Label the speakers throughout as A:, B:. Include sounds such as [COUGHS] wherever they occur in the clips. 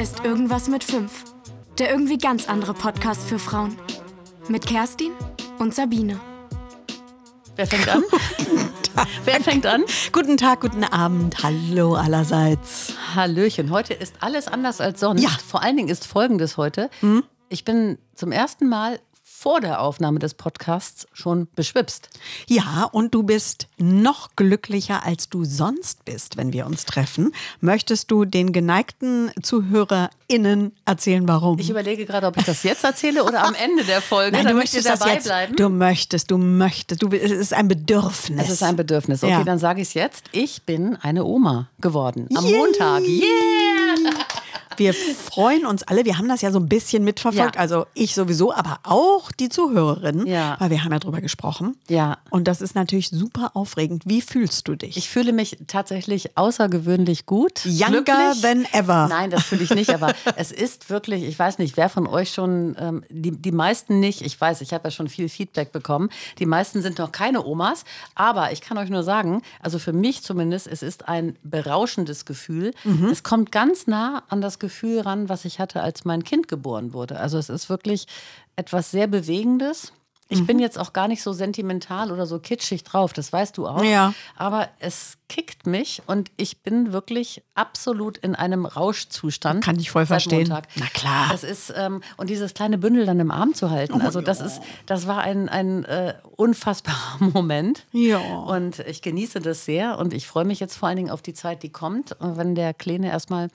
A: ist Irgendwas mit 5. Der irgendwie ganz andere Podcast für Frauen. Mit Kerstin und Sabine.
B: Wer fängt an? Wer fängt an?
C: Guten Tag, guten Abend, hallo allerseits.
B: [LAUGHS] Hallöchen, heute ist alles anders als sonst.
C: Ja. Hm?
B: Vor allen Dingen ist Folgendes heute. Ich bin zum ersten Mal vor der Aufnahme des Podcasts schon beschwipst.
C: Ja, und du bist noch glücklicher, als du sonst bist, wenn wir uns treffen. Möchtest du den geneigten ZuhörerInnen erzählen, warum?
B: Ich überlege gerade, ob ich das jetzt erzähle oder
C: [LAUGHS]
B: am Ende der Folge,
C: Nein, du
B: damit
C: möchtest
B: ihr
C: das
B: dabei
C: jetzt.
B: bleiben.
C: Du möchtest, du möchtest. Du, es ist ein Bedürfnis.
B: Es ist ein Bedürfnis. Okay,
C: Ja.
B: dann sage ich es jetzt. Ich bin eine Oma geworden. Am
C: Yay.
B: Montag. Yeah!
C: Wir freuen uns alle. Wir haben das ja so ein bisschen mitverfolgt.
B: Ja.
C: Also ich sowieso, aber auch die Zuhörerinnen,
B: Ja.
C: weil wir haben ja drüber gesprochen.
B: Ja.
C: Und das ist natürlich super aufregend. Wie fühlst du dich?
B: Ich fühle mich tatsächlich außergewöhnlich gut.
C: Younger
B: glücklich.
C: than ever.
B: Nein, das fühle ich nicht, aber
C: [LAUGHS]
B: es ist wirklich, ich weiß nicht, wer von euch schon, ähm, die, die meisten nicht, ich weiß, ich habe ja schon viel Feedback bekommen. Die meisten sind noch keine Omas, aber ich kann euch nur sagen, also für mich zumindest, es ist ein berauschendes Gefühl.
C: Mhm.
B: Es kommt ganz nah an das Gefühl ran, was ich hatte, als mein Kind geboren wurde. Also es ist wirklich etwas sehr Bewegendes. Ich bin
C: Mhm.
B: jetzt auch gar nicht so sentimental oder so kitschig drauf, das weißt du auch.
C: Ja.
B: Aber es kickt mich und ich bin wirklich absolut in einem Rauschzustand.
C: Kann ich voll
B: seit
C: verstehen.
B: Montag.
C: Na klar.
B: Das ist, ähm, und dieses kleine Bündel dann im Arm zu halten, also das ist, das war ein, ein äh, unfassbarer [LAUGHS] Moment.
C: Ja.
B: Und ich genieße das sehr und ich freue mich jetzt vor allen Dingen auf die Zeit, die kommt, und wenn der Kleine erstmal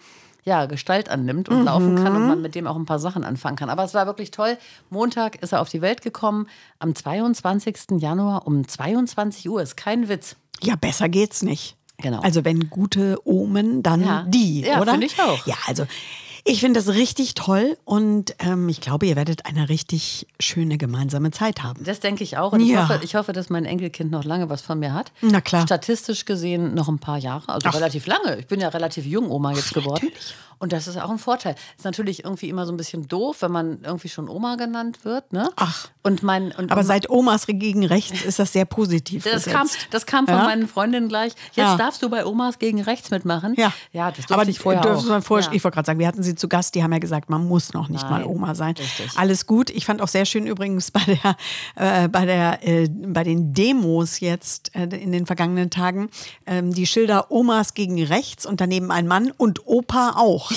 B: ja, Gestalt annimmt und laufen kann und
C: Mhm.
B: man mit dem auch ein paar Sachen anfangen kann. Aber es war wirklich toll. Montag ist er auf die Welt gekommen, am 22. Januar um 22 Uhr. Ist kein Witz.
C: Ja, besser geht's nicht.
B: Genau.
C: Also wenn gute Omen, dann
B: Ja.
C: die,
B: Ja,
C: oder?
B: finde ich auch.
C: Ja, also ich finde das richtig toll und ähm, ich glaube, ihr werdet eine richtig schöne gemeinsame Zeit haben.
B: Das denke ich auch. Und ich,
C: Ja.
B: hoffe, ich hoffe, dass mein Enkelkind noch lange was von mir hat.
C: Na klar.
B: Statistisch gesehen noch ein paar Jahre, also
C: Ach.
B: relativ lange. Ich bin ja relativ jung Oma jetzt geworden. Und das ist auch ein Vorteil. Ist natürlich irgendwie immer so ein bisschen doof, wenn man irgendwie schon Oma genannt wird. Ne?
C: Ach.
B: Und mein, und
C: Aber
B: und-
C: seit Omas gegen rechts ist das sehr positiv.
B: Ähm, das
C: bis
B: kam,
C: jetzt.
B: das kam von
C: Ja?
B: meinen Freundinnen gleich. Jetzt
C: Ja.
B: darfst du bei Omas gegen rechts mitmachen.
C: Ja,
B: ja das durfte
C: aber
B: ich vorher
C: dürfen wir
B: auch.
C: vorher-
B: ja.
C: Ich wollte gerade sagen, wir hatten sie zu Gast, die haben ja gesagt, man muss noch nicht mal
B: Nein,
C: Oma sein.
B: richtig.
C: Alles gut. Ich fand auch sehr schön übrigens bei der, äh, bei der, äh, bei den Demos jetzt äh, in den vergangenen Tagen ähm, die Schilder Omas gegen rechts und daneben ein Mann und Opa auch.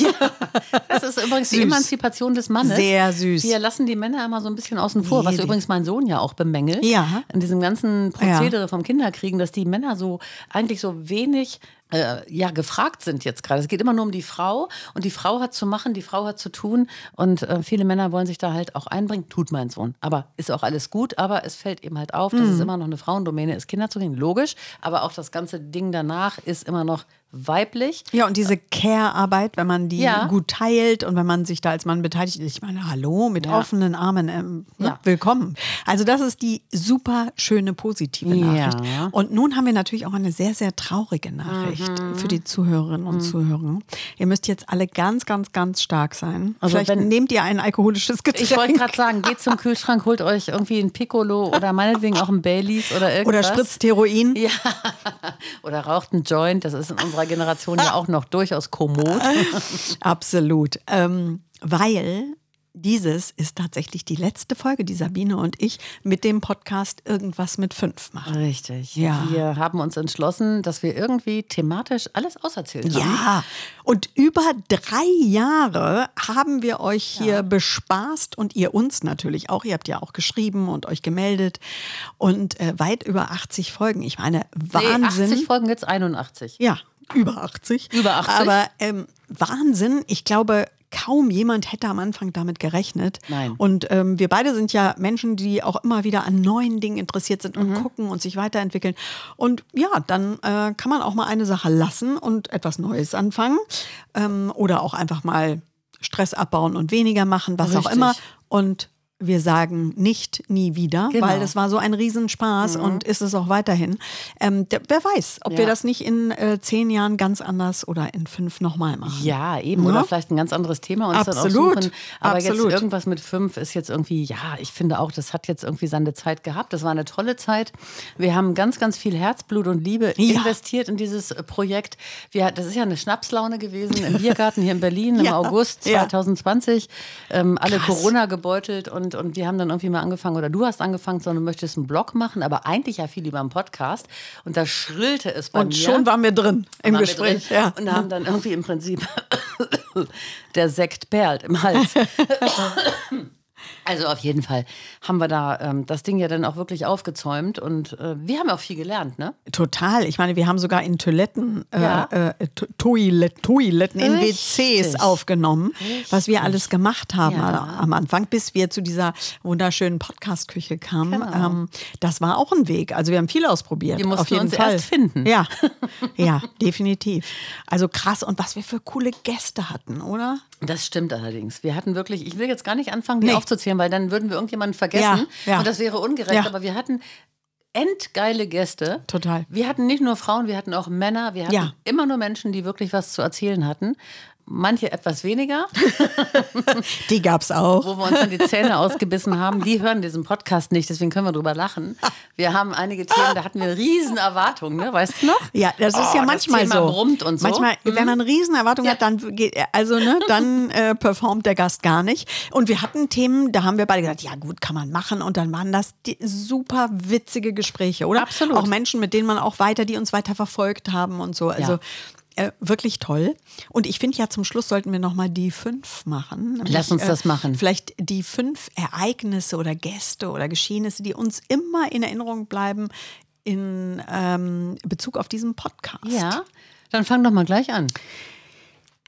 B: Das ist übrigens die
C: Süß.
B: Emanzipation des Mannes.
C: Sehr süß.
B: Wir lassen die Männer immer so ein bisschen außen vor,
C: Nee,
B: was
C: die-
B: übrigens mein Sohn ja auch bemängelt.
C: Ja.
B: In diesem ganzen Prozedere vom Kinderkriegen, dass die Männer so eigentlich so wenig äh, ja, gefragt sind jetzt gerade. Es geht immer nur um die Frau und die Frau hat zu machen, die Frau hat zu tun und äh, viele Männer wollen sich da halt auch einbringen. Tut mein Sohn. Aber ist auch alles gut, aber es fällt eben halt auf, dass
C: Mhm.
B: es immer noch eine Frauendomäne ist, Kinder zu kriegen. Logisch, aber auch das ganze Ding danach ist immer noch weiblich.
C: Ja, und diese Care-Arbeit, wenn man die
B: Ja.
C: gut teilt und wenn man sich da als Mann beteiligt, ich meine, hallo, mit
B: Ja.
C: offenen Armen, ähm, ne?
B: Ja.
C: willkommen. Also das ist die super schöne positive
B: Ja.
C: Nachricht. Und nun haben wir natürlich auch eine sehr, sehr traurige Nachricht
B: Mhm.
C: für die Zuhörerinnen und Zuhörer. Ihr müsst jetzt alle ganz, ganz, ganz stark sein.
B: Also
C: Vielleicht
B: wenn-
C: nehmt ihr ein alkoholisches Getränk.
B: Ich wollte gerade sagen, geht zum Kühlschrank, holt euch irgendwie ein Piccolo oder meinetwegen auch ein Baileys oder
C: oder
B: irgendwas.
C: spritzt Heroin.
B: Ja. Oder raucht einen Joint. Das ist in unserer Generation ja auch noch durchaus kommod.
C: Absolut. Ähm, weil dieses ist tatsächlich die letzte Folge, die Sabine und ich mit dem Podcast Irgendwas mit fünf machen.
B: Richtig.
C: Ja.
B: Wir haben uns entschlossen, dass wir irgendwie thematisch alles auserzählt haben.
C: Ja, und über drei Jahre haben wir euch hier bespaßt und ihr uns natürlich auch. Ihr habt ja auch geschrieben und euch gemeldet und äh, weit über 80 Folgen. Ich meine,
B: Nee,
C: Wahnsinn.
B: 80 Folgen jetzt 81.
C: Ja, über 80.
B: Über 80.
C: Aber ähm, Wahnsinn, ich glaube, kaum jemand hätte am Anfang damit gerechnet.
B: Nein.
C: Und ähm, wir beide sind ja Menschen, die auch immer wieder an neuen Dingen interessiert sind und
B: Mhm.
C: gucken und sich weiterentwickeln. Und ja, dann äh, kann man auch mal eine Sache lassen und etwas Neues anfangen. Ähm, oder auch einfach mal Stress abbauen und weniger machen, was auch
B: Richtig.
C: immer. Und wir sagen nicht nie wieder,
B: Genau.
C: weil das war so ein Riesenspaß und ist es auch weiterhin. Ähm, d- wer weiß,
B: Mhm.
C: ob
B: Ja.
C: wir das nicht in äh, zehn Jahren ganz anders oder in fünf nochmal machen.
B: Ja, eben.
C: Ja.
B: Oder vielleicht ein ganz anderes Thema uns
C: Absolut.
B: dann aussuchen. Aber
C: Absolut.
B: jetzt irgendwas mit fünf ist jetzt irgendwie, ja, ich finde auch, das hat jetzt irgendwie seine Zeit gehabt. Das war eine tolle Zeit. Wir haben ganz, ganz viel Herzblut und Liebe
C: Ja.
B: investiert in dieses äh, Projekt. Wir, das ist ja eine Schnapslaune gewesen im Biergarten hier in Berlin im
C: [LAUGHS] Ja.
B: August
C: Ja.
B: 2020. Ähm, alle Corona gebeutelt und, und wir haben dann irgendwie mal angefangen, oder du hast angefangen, sondern du möchtest einen Blog machen, aber eigentlich ja viel lieber einen Podcast. Und da schrillte es bei
C: Und
B: mir
C: schon waren wir drin im
B: waren wir
C: Gespräch.
B: drin
C: Ja.
B: Und haben dann irgendwie im Prinzip [COUGHS] der Sekt perlt im
C: [COUGHS]
B: Hals. Also auf jeden Fall haben wir da ähm, das Ding ja dann auch wirklich aufgezäumt und äh, wir haben auch viel gelernt, ne?
C: Total. Ich meine, wir haben sogar in Toiletten,
B: Ja.
C: äh, äh, To- Toilet, Toiletten, in
B: Richtig.
C: WCs aufgenommen, was wir alles gemacht haben
B: Ja.
C: a- am Anfang, bis wir zu dieser wunderschönen Podcast-Küche kamen. Ähm, das war auch ein Weg. Also wir haben viel ausprobiert.
B: Genau. Wir mussten
C: auf jeden
B: uns
C: Fall.
B: erst finden. [LAUGHS]
C: Ja, ja, definitiv. Also krass. Und was wir für coole Gäste hatten, oder?
B: Das stimmt allerdings. Wir hatten wirklich, ich will jetzt gar nicht anfangen, die
C: Nee.
B: aufzuzählen, weil dann würden wir irgendjemanden vergessen
C: Ja, ja.
B: und das wäre ungerecht,
C: Ja.
B: aber wir hatten endgeile Gäste.
C: Total.
B: Wir hatten nicht nur Frauen, wir hatten auch Männer, wir hatten
C: Ja.
B: immer nur Menschen, die wirklich was zu erzählen hatten. Manche etwas weniger,
C: Die gab's auch.
B: wo wir uns dann die Zähne ausgebissen haben, die hören diesen Podcast nicht, deswegen können wir drüber lachen. Wir haben einige Themen, da hatten wir riesen Erwartungen, ne? weißt du noch?
C: Ja, das ist
B: Oh,
C: ja manchmal
B: das Thema
C: so.
B: brummt und so. Mhm.
C: Manchmal, wenn man Riesenerwartungen hat, dann geht, also ne,
B: [LAUGHS]
C: dann äh, performt der Gast gar nicht. Und wir hatten Themen, da haben wir beide gesagt, ja gut, kann man machen. Und dann waren das die super witzige Gespräche, oder?
B: Absolut.
C: Auch Menschen, mit denen man auch weiter, die uns weiter verfolgt haben und so. Also
B: Ja.
C: äh, wirklich toll. Und ich finde ja, zum Schluss sollten wir nochmal die fünf machen. Nämlich,
B: Lass uns
C: äh,
B: das machen.
C: Vielleicht die fünf Ereignisse oder Gäste oder Geschehnisse, die uns immer in Erinnerung bleiben in ähm, Bezug auf diesen Podcast.
B: Ja, dann fang doch mal gleich an.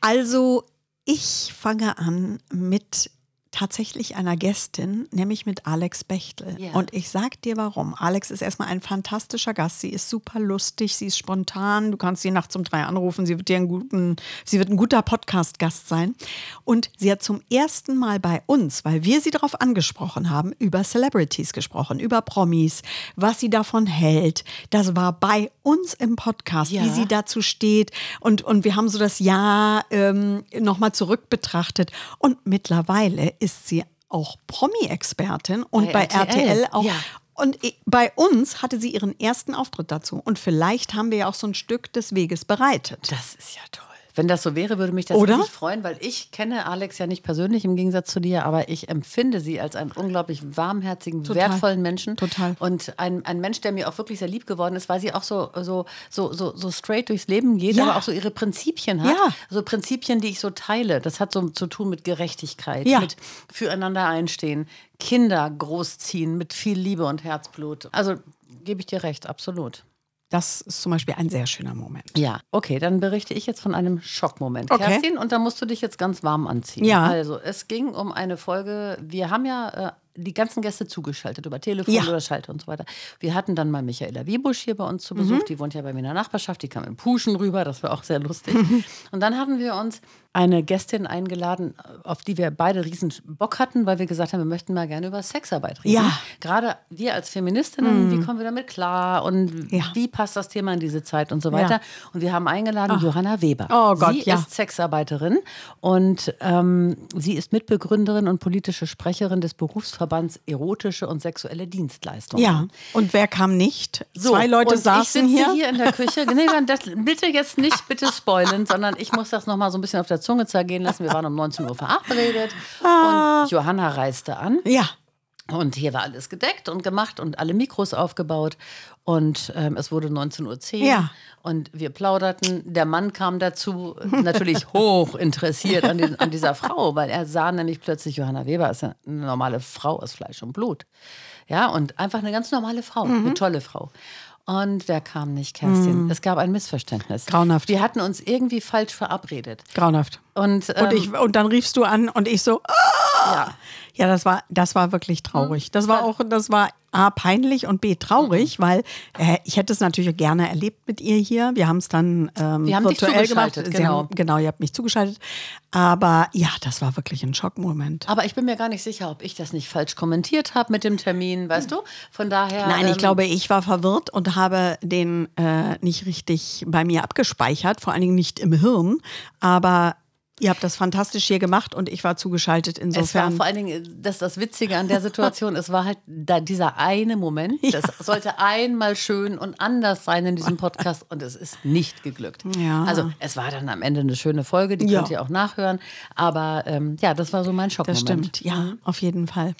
C: Also, ich fange an mit tatsächlich einer Gästin, nämlich mit Alex Bechtel.
B: Ja.
C: Und ich sag dir warum. Alex ist erstmal ein fantastischer Gast. Sie ist super lustig, sie ist spontan. Du kannst sie nachts um drei anrufen. Sie wird dir einen guten, sie wird ein guter Podcast-Gast sein. Und sie hat zum ersten Mal bei uns, weil wir sie darauf angesprochen haben, über Celebrities gesprochen, über Promis, was sie davon hält. Das war bei uns im Podcast,
B: Ja.
C: wie sie dazu steht. Und, und wir haben so das Jahr ähm, nochmal zurück betrachtet. Und mittlerweile ist sie auch Promi-Expertin und bei,
B: Bei
C: RTL,
B: RTL
C: auch.
B: ja.
C: Und i- bei uns hatte sie ihren ersten Auftritt dazu. Und vielleicht haben wir ja auch so ein Stück des Weges bereitet.
B: Das ist ja toll. Wenn das so wäre, würde mich das
C: Oder?
B: richtig freuen, weil ich kenne Alex ja nicht persönlich im Gegensatz zu dir, aber ich empfinde sie als einen unglaublich warmherzigen,
C: Total.
B: wertvollen Menschen.
C: Total.
B: Und ein, ein Mensch, der mir auch wirklich sehr lieb geworden ist, weil sie auch so, so, so, so, so straight durchs Leben geht,
C: Ja.
B: aber auch so ihre Prinzipien hat.
C: Ja.
B: So Prinzipien, die ich so teile. Das hat so zu tun mit Gerechtigkeit,
C: Ja.
B: mit füreinander einstehen, Kinder großziehen, mit viel Liebe und Herzblut. Also gebe ich dir recht, absolut.
C: Das ist zum Beispiel ein sehr schöner Moment.
B: Ja, okay, dann berichte ich jetzt von einem Schockmoment,
C: Okay.
B: Kerstin, und da musst du dich jetzt ganz warm anziehen.
C: Ja.
B: Also, es ging um eine Folge, wir haben ja äh, die ganzen Gäste zugeschaltet, über Telefon
C: Ja.
B: oder Schalter und so weiter. Wir hatten dann mal Michaela Wiebusch hier bei uns zu Besuch,
C: Mhm.
B: die wohnt ja bei mir in der Nachbarschaft, die kam in Puschen rüber, das war auch sehr
C: [LAUGHS]
B: lustig. und dann hatten wir uns eine Gästin eingeladen, auf die wir beide riesen Bock hatten, weil wir gesagt haben, wir möchten mal gerne über Sexarbeit reden.
C: Ja. Mhm.
B: Gerade wir als Feministinnen, wie kommen wir damit klar und
C: Ja.
B: wie passt das Thema in diese Zeit und so weiter.
C: Ja. Ah.
B: Und wir haben eingeladen Johanna Weber.
C: Oh Gott,
B: sie
C: ja.
B: ist Sexarbeiterin und ähm, sie ist Mitbegründerin und politische Sprecherin des Berufsverbands Erotische und Sexuelle Dienstleistungen.
C: Ja. Und wer kam nicht?
B: So,
C: Zwei Leute
B: und ich sitze
C: saßen hier.
B: hier. in der
C: [LAUGHS]
B: Küche. Nee, dann das, bitte jetzt nicht, bitte spoilen, sondern ich muss das nochmal so ein bisschen auf der Zunge zergehen lassen. Wir waren um 19 Uhr verabredet
C: Ah.
B: und Johanna reiste an.
C: Ja.
B: Und hier war alles gedeckt und gemacht und alle Mikros aufgebaut. Und ähm, es wurde 19.10 Uhr.
C: Ja.
B: Und wir plauderten. Der Mann kam dazu,
C: [LAUGHS]
B: natürlich hoch interessiert an, den, an dieser Frau, weil er sah nämlich plötzlich, Johanna Weber ist ja eine normale Frau aus Fleisch und Blut. Ja, und einfach eine ganz normale Frau,
C: Mhm.
B: eine tolle Frau. Und der kam nicht, Kerstin. Es gab ein Missverständnis.
C: Grauenhaft.
B: Wir hatten uns irgendwie falsch verabredet.
C: Grauenhaft.
B: Und, ähm,
C: Und, ich, und dann riefst du an und ich so, "Ah!"
B: ja. Hm.
C: Ja, das war, das war wirklich traurig. Das war auch, das war A, peinlich und B, traurig,
B: Mhm.
C: weil äh, ich hätte es natürlich gerne erlebt mit ihr hier. Wir haben es dann ähm,
B: Wir haben dich
C: virtuell gemacht.
B: zugeschaltet,
C: Sie
B: genau.
C: Haben, genau, ihr habt mich zugeschaltet. Aber ja, das war wirklich ein Schockmoment.
B: Aber ich bin mir gar nicht sicher, ob ich das nicht falsch kommentiert habe mit dem Termin, weißt du? Von daher.
C: Nein, ich
B: ähm,
C: glaube, ich war verwirrt und habe den äh, nicht richtig bei mir abgespeichert, vor allen Dingen nicht im Hirn. Aber ihr habt das fantastisch hier gemacht und ich war zugeschaltet
B: Es war
C: insofern.
B: vor allen Dingen, das, das Witzige an der Situation, es war halt da, dieser eine
C: [LAUGHS]
B: Moment, das sollte einmal schön und anders sein in diesem Podcast und es ist nicht geglückt.
C: Ja.
B: Also es war dann am Ende eine schöne Folge, die
C: Ja.
B: könnt ihr auch nachhören, aber ähm, ja, das war so mein
C: Das
B: Schockmoment.
C: stimmt, ja, auf jeden Fall.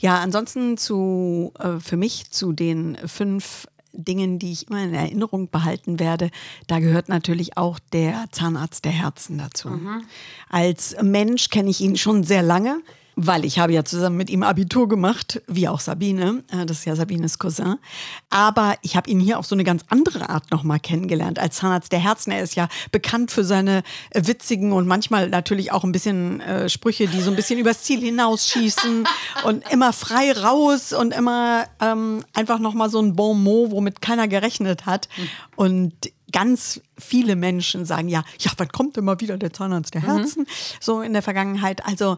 C: Ja, ansonsten zu, äh, für mich zu den fünf Dingen, die ich immer in Erinnerung behalten werde, da gehört natürlich auch der Zahnarzt der Herzen dazu. Als Mensch kenne ich ihn schon sehr lange, weil ich habe ja zusammen mit ihm Abitur gemacht, wie auch Sabine, äh, das ist ja Sabines Cousin. Aber ich habe ihn hier auf so eine ganz andere Art nochmal kennengelernt als Zahnarzt der Herzen. Er ist ja bekannt für seine äh, witzigen und manchmal natürlich auch ein bisschen äh, Sprüche, die so ein bisschen übers
B: [LAUGHS]
C: Ziel hinausschießen und immer frei raus und immer ähm, einfach nochmal so ein Bon mot, womit keiner gerechnet hat.
B: Hm.
C: Und ganz viele Menschen sagen ja, ja, wann kommt denn mal wieder der Zahnarzt
B: Mhm.
C: der Herzen? So in der Vergangenheit. Also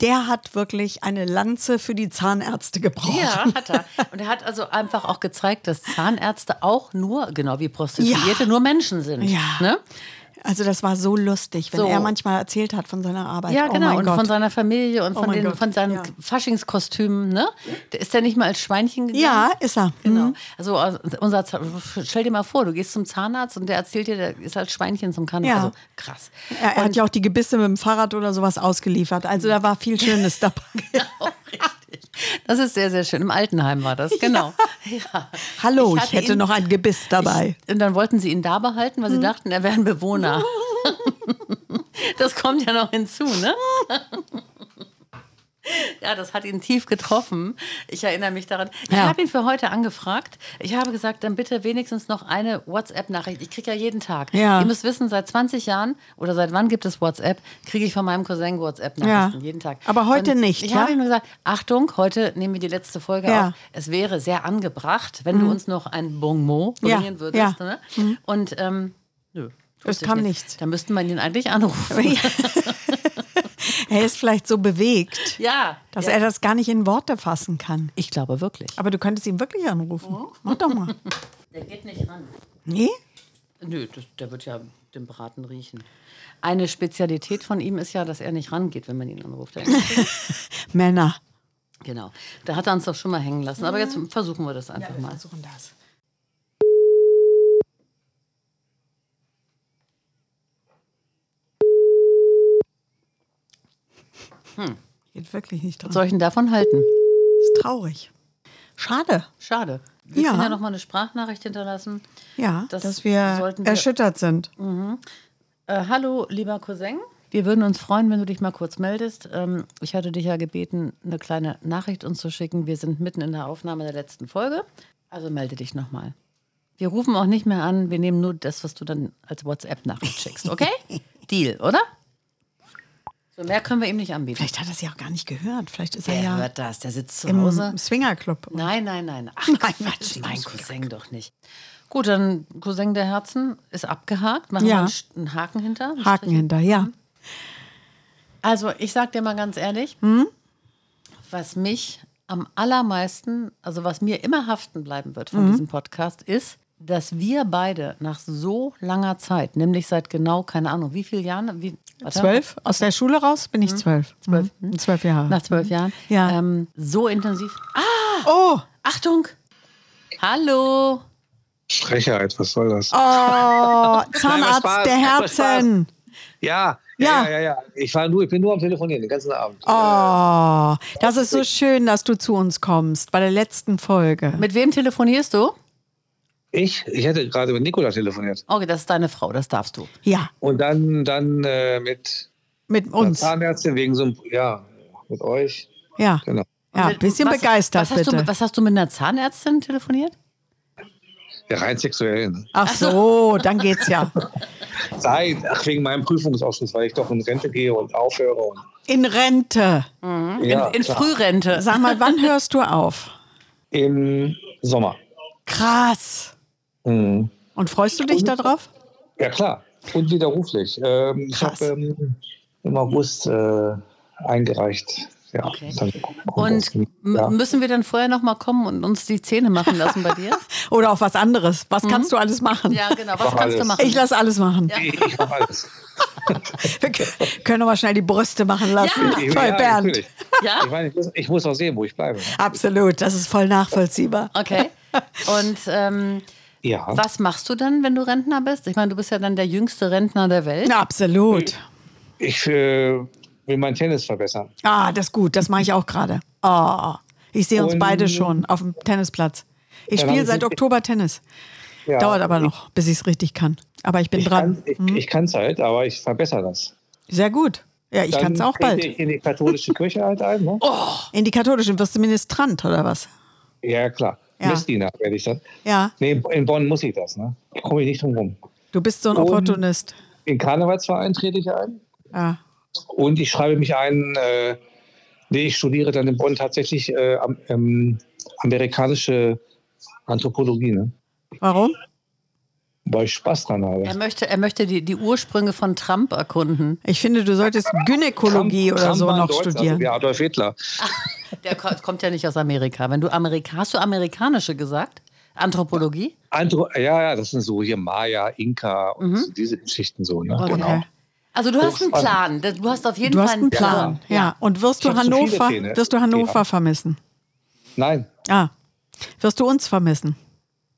C: der hat wirklich eine Lanze für die Zahnärzte gebraucht.
B: Ja, hat er. Und er hat also einfach auch gezeigt, dass Zahnärzte auch nur, genau wie Prostituierte,
C: Ja.
B: nur Menschen sind.
C: Ja.
B: Ne?
C: Also das war so lustig, wenn
B: So.
C: er manchmal erzählt hat von seiner Arbeit.
B: Ja,
C: oh
B: genau.
C: Mein
B: und
C: Gott. Oh
B: von seiner Familie und von,
C: mein
B: den,
C: Gott,
B: von seinen
C: ja.
B: Faschingskostümen, ne? Ist der nicht mal als Schweinchen gegangen?
C: ja, ist er. Mhm.
B: Genau. Also äh, unser Zahn- stell dir mal vor, du gehst zum Zahnarzt und der erzählt dir, der ist als Schweinchen zum Kanal.
C: Ja.
B: Also krass.
C: Er, er hat ja auch die Gebisse mit dem Fahrrad oder sowas ausgeliefert. Also da war viel Schönes [LAUGHS] dabei.
B: Genau, richtig. [LAUGHS] Das ist sehr, sehr schön. Im Altenheim war
C: [LAUGHS]
B: das, genau. Ja.
C: Hallo, ich,
B: hatte
C: hätte
B: ihn-
C: noch ein Gebiss dabei. Hm.
B: Ich, und dann wollten sie ihn da behalten, weil sie dachten, er wäre ein
C: [LAUGHS]
B: Bewohner. das kommt ja noch hinzu, ne? Ja, das hat ihn tief getroffen. Ich erinnere mich daran. Ich
C: Ja.
B: habe ihn für heute angefragt. Ich habe gesagt, dann bitte wenigstens noch eine WhatsApp-Nachricht. Ich kriege ja jeden Tag.
C: Ja.
B: Ihr müsst wissen, seit 20 Jahren oder seit wann gibt es WhatsApp, kriege ich von meinem Cousin WhatsApp-Nachrichten
C: Ja.
B: jeden Tag.
C: Aber heute
B: und
C: nicht,
B: Ich
C: ja?
B: habe ihm gesagt, Achtung, heute nehmen wir die letzte Folge
C: Ja. Mhm.
B: auf. Es wäre sehr angebracht, wenn du uns noch ein Bon mot
C: Ja,
B: bringen würdest.
C: ja. Mhm.
B: Ne? Und ähm, nö. tut
C: Es
B: sich
C: kam
B: nichts.
C: nichts.
B: Da müssten wir ihn eigentlich anrufen.
C: Er ist vielleicht so bewegt,
B: [LAUGHS] Ja.
C: dass
B: ja.
C: er das gar nicht in Worte fassen kann.
B: Ich glaube wirklich.
C: Aber du könntest ihn wirklich anrufen. Mach doch [LAUGHS] mal.
B: Der geht nicht ran.
C: Nee?
B: Nö, das, der wird ja den Braten riechen. Eine Spezialität von ihm ist ja, dass er nicht rangeht, wenn man ihn anruft.
C: [LAUGHS]
B: Er-
C: Männer.
B: genau. Da hat er uns doch schon mal hängen lassen. Aber jetzt versuchen wir das einfach mal.
C: Mhm. versuchen das. Hm. Geht wirklich nicht dran.
B: Was soll ich denn davon halten?
C: ist traurig. Schade.
B: Schade. Wir
C: Ja.
B: können ja noch mal eine Sprachnachricht hinterlassen.
C: Ja,
B: Das
C: dass wir,
B: sollten wir- Mhm.
C: erschüttert sind.
B: Äh, hallo, lieber Cousin. Wir würden uns freuen, wenn du dich mal kurz meldest. Ähm, ich hatte dich ja gebeten, eine kleine Nachricht uns zu schicken. Wir sind mitten in der Aufnahme der letzten Folge. Also melde dich nochmal. Wir rufen auch nicht mehr an. Wir nehmen nur das, was du dann als WhatsApp-Nachricht schickst. Okay? [LAUGHS] Deal, oder? So mehr können wir ihm nicht anbieten.
C: Vielleicht hat er es ja auch gar nicht gehört. Vielleicht ist
B: Der
C: er ja
B: hört das. Der sitzt zu Hause. Mhm.
C: im Swingerclub.
B: Nein, nein, nein. Ach,
C: Nein, das
B: Quatsch,
C: ist
B: mein
C: ganz
B: Cousin doch nicht. Gut, dann Cousin der Herzen ist abgehakt. Machen
C: Ja.
B: wir einen Sch- einen Haken hinter. einen
C: Haken hinter,
B: Mhm.
C: ja.
B: Also, ich sag dir mal ganz ehrlich,
C: Hm?
B: was mich am allermeisten, also was mir immer haften bleiben wird
C: Hm?
B: von diesem Podcast, ist, dass wir beide nach so langer Zeit, nämlich seit genau, keine Ahnung, wie viele Jahren? Wie, warte,
C: Zwölf? Aus der Schule raus bin ich
B: Mhm.
C: zwölf. Zwölf, Mhm. zwölf Jahre.
B: Nach zwölf Jahren.
C: Ja.
B: Ähm, so intensiv. Ah,
C: oh!
B: Achtung! Hallo!
D: Frechheit, was soll das?
C: Oh, Zahnarzt
D: Spaß,
C: der
D: macht Spaß.
C: Herzen.
D: Ja,
C: Ja.
D: ja, ja, ja, ja. Ich war nur, ich bin nur am Telefonieren den ganzen Abend.
C: Oh, das ist so schön, dass du zu uns kommst bei der letzten Folge.
B: Mit wem telefonierst du?
D: Äh, Ich, ich hätte gerade mit Nicola telefoniert.
B: Okay, das ist deine Frau, das darfst du.
C: Ja,
D: Und dann, dann äh, mit
C: mit
D: einer
C: uns.
D: Zahnärztin wegen so einem, ja, mit euch.
C: Ja,
D: Genau.
C: ja,
B: Und
C: ein bisschen
B: was-
C: begeistert
B: was hast
C: bitte.
B: Du, was hast du mit einer Zahnärztin telefoniert?
D: Der rein sexuellen.
C: Ach so, dann geht's ja.
D: Seit, ach, wegen meinem Prüfungsausschuss, weil ich doch in Rente gehe und aufhöre. Und,
C: In Rente.
D: Mhm. ja,
B: in in
D: klar.
B: Frührente.
C: Sag mal, wann hörst du auf?
D: Im Sommer.
C: Krass.
D: Mhm.
C: Und freust du dich darauf?
D: Ja, klar. Unwiderruflich. Ähm, ich
C: Krass.
D: habe ähm, im August äh, eingereicht. Ja,
B: Okay.
D: das hab ich
B: Und
D: auch-
B: m-
D: ja.
B: müssen wir dann vorher nochmal kommen und uns die Zähne machen lassen bei dir?
C: Oder auf was anderes? Was kannst du alles machen?
B: [LAUGHS] Mhm. ja, genau. Was
D: Mach
B: kannst du
D: alles.
B: machen?
C: [LAUGHS] Ich lasse alles machen.
D: Ich, ich mach alles.
C: Wir kö- können aber schnell die Brüste machen lassen.
D: Ich,
C: Toll, Bernd.
D: natürlich.
B: Ja?
D: Ich, meine, ich, muss, ich muss auch sehen, wo ich bleibe.
C: Absolut, das ist voll nachvollziehbar.
B: Okay. Und ähm,
D: Ja.
B: was machst du dann, wenn du Rentner bist? Ich meine, du bist ja dann der jüngste Rentner der Welt.
C: Absolut.
D: Ich äh, will mein Tennis verbessern.
C: Ah, das ist gut, das mache ich auch gerade. Oh, ich sehe uns
D: Und-
C: beide schon auf dem Tennisplatz. Ich
D: Ja,
C: spiele
D: dann-
C: seit Oktober Tennis.
D: Ja.
C: Dauert aber noch, bis ich es richtig kann. Aber ich bin
D: Ich
C: dran. Hm?
D: kann es ich, ich kann's halt, aber ich verbessere das.
C: Sehr gut. Ja, ich
D: Dann
C: kann es auch
D: trete
C: bald.
D: Ich in
C: [LAUGHS]
D: die katholische Kirche halt ein. Ne?
B: Oh.
C: In die katholischen wirst du Ministrant oder was?
D: Ja, klar.
C: Ja.
D: Messdiener werde ich das.
C: Ja,
D: Nee, in Bonn muss ich das. Ne? Da komme ich nicht drum rum.
C: du bist so ein
D: Und-
C: Opportunist.
D: In Karnevalsverein trete ich ein
C: Ja.
D: und ich schreibe mich ein. Äh, nee, ich studiere dann in Bonn tatsächlich äh, am, ähm, amerikanische Anthropologie, ne?
C: Warum?
D: weil ich Spaß dran habe.
B: Er möchte, er möchte die, die Ursprünge von Trump erkunden.
C: Ich finde, du solltest Gynäkologie
D: Trump-
C: oder
D: Trump
C: so
D: war ein
C: noch
D: Deutscher,
C: studieren.
D: Also wie Adolf Hitler.
B: Der ko- kommt ja nicht aus Amerika. Wenn du Amerika, hast du amerikanische gesagt? Anthropologie?
D: Andro ja, ja, das sind so hier Maya, Inka
C: Mhm.
D: und so diese Geschichten so. Ne?
B: Okay.
D: Genau.
B: Also du hast einen Plan.
D: Hochspannend.
B: Du hast auf jeden
C: Du
B: Fall
C: hast einen Plan. Ja. Und wirst du
D: Ich hab so viele
C: Hannover,
D: Pläne.
C: wirst du Hannover
D: Ja.
C: vermissen?
D: Nein,
C: Ah. Wirst du uns vermissen?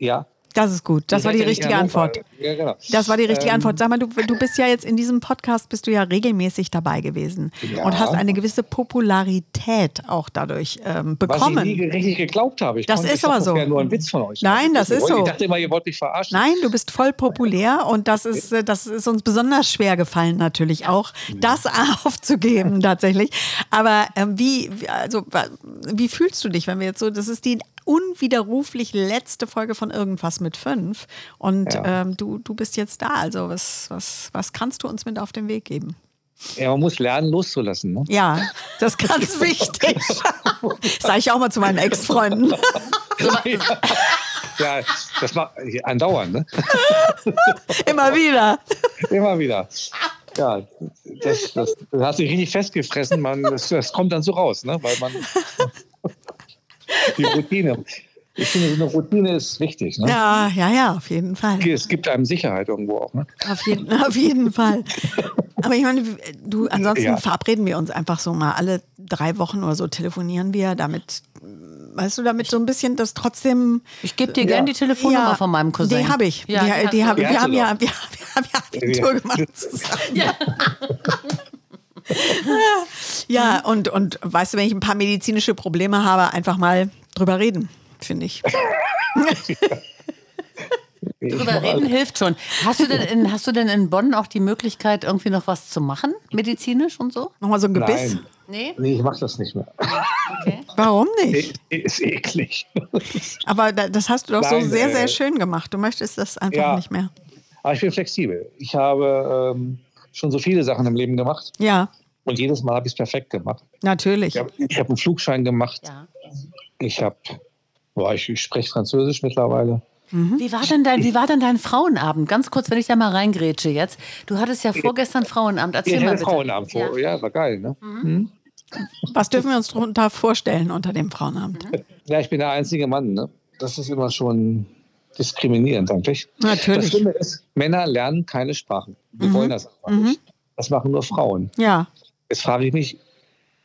D: ja.
C: Das ist gut. Das war die
D: hätte ich
C: richtige
D: gerne
C: Antwort.
D: Notfall. Ja, genau.
C: Das war die richtige
D: Ähm,
C: Antwort. Sag mal, du, du bist ja jetzt in diesem Podcast, bist du ja regelmäßig dabei gewesen
D: Ja.
C: und hast eine gewisse Popularität auch dadurch ähm,
D: Was ich nie
C: bekommen.
D: ge- richtig geglaubt habe. Ich
C: Das
D: konnte-
C: ist
D: ich dachte,
C: aber so.
D: Das wäre nur ein Witz von euch.
C: Nein, das
D: Ich
C: ist
D: wollte-
C: so.
D: Ich dachte immer, ihr wollt mich verarschen.
C: Nein, du bist voll populär und das ist, äh, das ist uns besonders schwer gefallen natürlich auch, das [LAUGHS] aufzugeben tatsächlich. Aber ähm, wie, wie- also, wa- wie fühlst du dich, wenn wir jetzt so, das ist die unwiderruflich letzte Folge von irgendwas mit fünf und
D: Ja.
C: ähm, du, du bist jetzt da. Also was, was, was kannst du uns mit auf den Weg geben?
D: Ja, man muss lernen, loszulassen. Ne?
C: Ja, das ist ganz wichtig. [LAUGHS] Sage ich auch mal zu meinen Ex-Freunden. [LAUGHS]
D: [LAUGHS] Ja, das war andauernd, ne?
C: Immer wieder.
D: Immer wieder. Ja, das, das, das hat sich richtig festgefressen. Man, das, das kommt dann so raus, ne? Weil man. Die Routine. Ich finde, so eine Routine ist wichtig. Ne?
C: Ja, ja, ja, auf jeden Fall.
D: Es gibt einem Sicherheit irgendwo auch. Ne?
C: Auf jeden, [LAUGHS] auf jeden Fall. Aber ich meine, du, ansonsten
D: Ja.
C: verabreden wir uns einfach so mal alle drei Wochen oder so telefonieren wir, damit, weißt du, damit so ein bisschen das trotzdem.
B: Ich gebe dir gerne die Telefonnummer
C: Ja,
B: von meinem Cousin.
C: Die habe ich.
B: Ja,
C: die, die,
B: hast
C: hab,
B: du.
C: wir,
D: Die hast
C: haben
D: du
C: ja,
D: doch.
C: wir, wir haben ja Abitur
D: Ja.
B: [LAUGHS]
C: gemacht zusammen.
B: Ja.
C: [LAUGHS] Ja, und, und weißt du, wenn ich ein paar medizinische Probleme habe, einfach mal drüber reden, finde ich.
B: Drüber reden hilft schon. Hast du, denn in, hast du denn in Bonn auch die Möglichkeit, irgendwie noch was zu machen? Medizinisch und so?
C: Nochmal so ein Gebiss.
D: Nein.
B: Nee?
D: Nee, ich mache das
B: [LAUGHS]
D: nicht mehr.
B: Okay.
C: Warum nicht?
D: Ist eklig.
C: Aber da, das hast du doch so
D: Nein,
C: sehr, sehr
D: äh,
C: schön gemacht. Du möchtest das einfach
D: ja.
C: nicht mehr.
D: Aber ich bin flexibel. Ich habe ähm, schon so viele Sachen im Leben gemacht
C: Ja,
D: und jedes Mal habe ich es perfekt gemacht.
C: natürlich.
D: Ich habe ich hab einen Flugschein gemacht.
B: Ja.
D: Ich habe, boah, ich, ich spreche Französisch mittlerweile.
B: Wie war, denn dein, wie war denn dein Frauenabend? Ganz kurz, wenn ich da mal reingrätsche jetzt. Du hattest ja vorgestern Frauenabend. Erzähl
D: Ich
B: mal
D: hatte
B: bitte.
D: Frauenabend
B: Ja. Mhm.
D: vor. Ja. war geil, ne?
C: Was dürfen wir uns darunter vorstellen unter dem Frauenamt?
D: Ja, ich bin der einzige Mann, ne? Das ist immer schon diskriminierend eigentlich. Das
C: Natürlich.
D: Schlimme ist, Männer lernen keine Sprachen. Die
B: Mhm.
D: wollen das einfach nicht. Das machen nur Frauen.
C: Ja.
D: Jetzt frage ich mich,